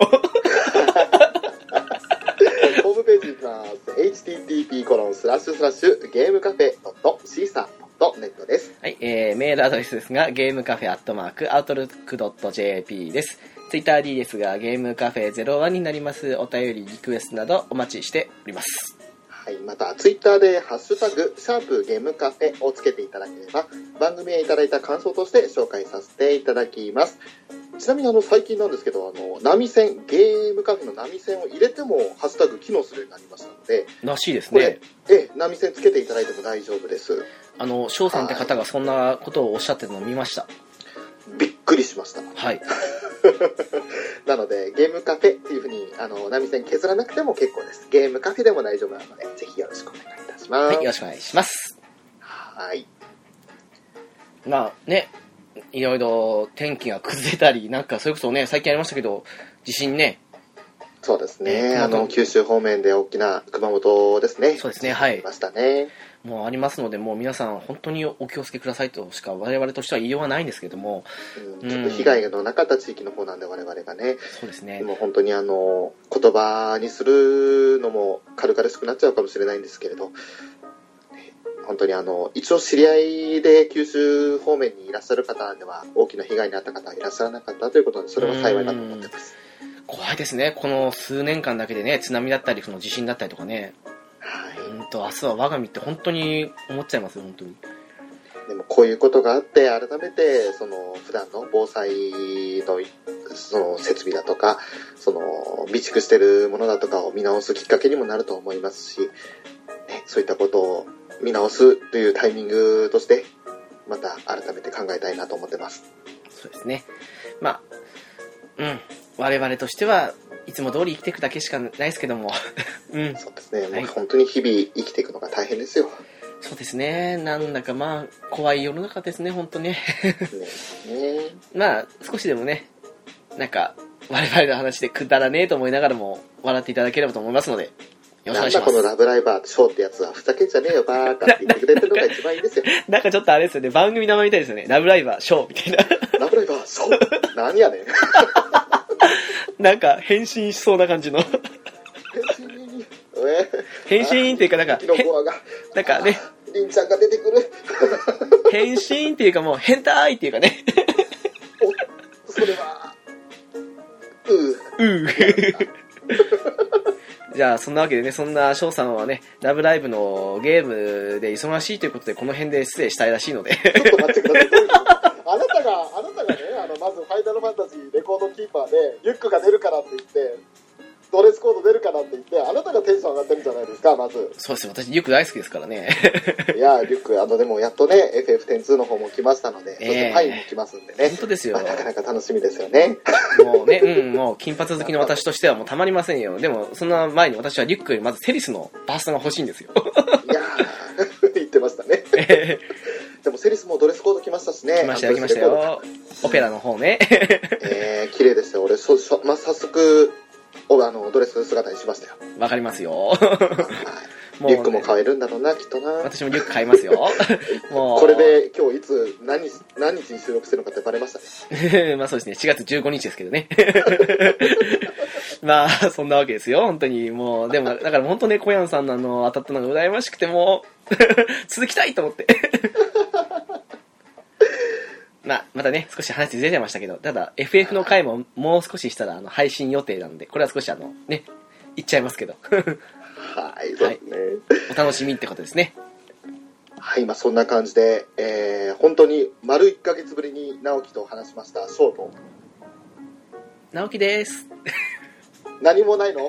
ホームページ行きます。http コロンスラッシュスラッシュゲームカフェ .caesar.net です。はい、えー、メールアドレスですが、ゲームカフェアットマーク、アウトルックドット JP です。ツイッター D ですが、ゲームカフェ01になります。お便り、リクエストなどお待ちしております。はい、また、ツイッターで、ハッシュタグ、シャープゲームカフェをつけていただければ、番組へいただいた感想として紹介させていただきます。ちなみに、あの、最近なんですけど、あの、波線、ゲームカフェの波線を入れても、ハッシュタグ機能するようになりましたので、らしいですこれね。ええ、波線つけていただいても大丈夫です。あの、翔さんって方がそんなことをおっしゃってるのを見ました。びっくりしました。はい。なので、ゲームカフェっていうふうに、あの、波線削らなくても結構です。ゲームカフェでも大丈夫なので、ぜひよろしくお願いいたしまはい、すよ。ろしくお願いします。はい。まあね、いろいろ天気が崩れたり、なんかそれこそね、最近ありましたけど、地震ね、そうですね。ねあ熊の、本九州方面で大きな熊本ですね。そうですね、はありいま、したね。もうありますので、もう皆さん、本当にお気をつけくださいとしか、我々としては言いようがないんですけども、うん、ちょっと被害のなかった地域の方なんで、我々がね。そうですね、もう本当にあの、言葉にするのも軽々しくなっちゃうかもしれないんですけれど、ね本当にあの、一応知り合いで九州方面にいらっしゃる方では、大きな被害に遭った方はいらっしゃらなかったということで、それは幸いだと思ってます。怖いですね、この数年間だけでね、津波だったり、その地震だったりとかね、はうんと、明日は我が身って本当に思っちゃいます、本当に。い、でもこういうことがあって改めてその普段の防災のその設備だとかその備蓄してるものだとかを見直すきっかけにもなると思いますし、ね、そういったことを見直すというタイミングとしてまた改めて考えたいなと思ってます。そうですね。まあ、うん、我々としてはいつも通り生きていくだけしかないですけども、 うん、そうですね、はいもう本当に日々生きていくのが大変ですよ。そうですね、なんだかまあ、怖い世の中ですね、本当ね。ねね まあ、少しでもね、なんか、我々の話でくだらねえと思いながらも、笑っていただければと思いますので、 よろしくおな願んいしだまこのす。ラブライバーショーってやつはふざけんじゃねえよバーカって言ってくれてるのが一番いいで すよ。なんかちょっとあれですよね、番組名前みたいですよね、ラブライバー、ショーみたいな。ラブライバーショー何やねん。なんか、変身しそうな感じの。変身っていうか、 なんか、キノへコアがなんかね、りんちゃんが出てくる変身っていうかもう、変態っていうかね、おそれはうーうー。 じゃあ、そんなわけでね、そんな翔さんはね、ラブライブのゲームで忙しいということで、この辺で失礼したいらしいので。 ちょっと待ってくださいあなたがあなたがねあのまず「ファイナルファンタジーレコードキーパー」でリュックが出るからって言ってドレスコード出るからって言ってあなたがテンション上がってるんじゃないですかま ずそうですよ、私、よく大好きですからね。いやリュックあのでもやっとね FF102 の方も来ましたので、ええそしてパイも来ますんで本ね、当ですよまあ。なかなか楽しみですよねもうね、うん、もう金髪好きの私としてはもうたまりませんよ。でも、そんな前に私はリュックよりまずセリスのバーストが欲しいんですよ。いやー 言ってましたねでもセリスもドレスコード来ましたしね来ましたよ、来ましたあのドレスコードよ。オペラの方ね。 えー、綺麗でしたよ。俺、そうそう、 まあ、早速、おあの、ドレス姿にしましたよ。わかりますよ。はいもうリねュックも買えるんだろうな、きっとな。私もリュック買います よもうこれで今日いつ何し何日に収録してるのかってバレました ね。まあそうですね、4月15日ですけどね。 まあ、そんなわけですよ、本当に。もう、でも、だから本当ね、小ンさんのあの、当たったのが羨ましくて、もう、 続きたいと思って。 まあ、またね、少し話ずれちゃいましたけど、ただ、FF の回ももう少ししたら、あの、配信予定なんで、これは少しあの、ね、言っちゃいますけど、 はい、そうですね。お楽しみってことですね。はい、まあそんな感じで、えー、本当に丸1ヶ月ぶりに直樹と話しました、ショート。直樹です。 何もないの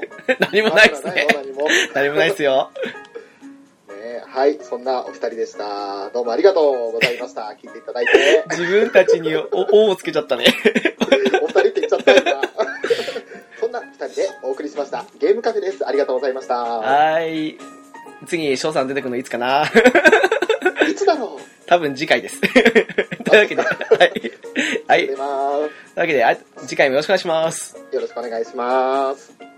何もないですねま。だないの何も。 何もないですよ。ねはい、そんなお二人でした。どうもありがとうございました。聞いていただいて。自分たちにお、 おをつけちゃったね。お二人って言っちゃったよな。 そんな二人でお送りしました。ゲームカフェです。ありがとうございました。はーい。次、翔さん出てくるのいつか ないつだろう多分次回 です。というわけで、はい。はい。と出いうまわけで、あ次回もよろしくお願いします。す。よろしくお願いします。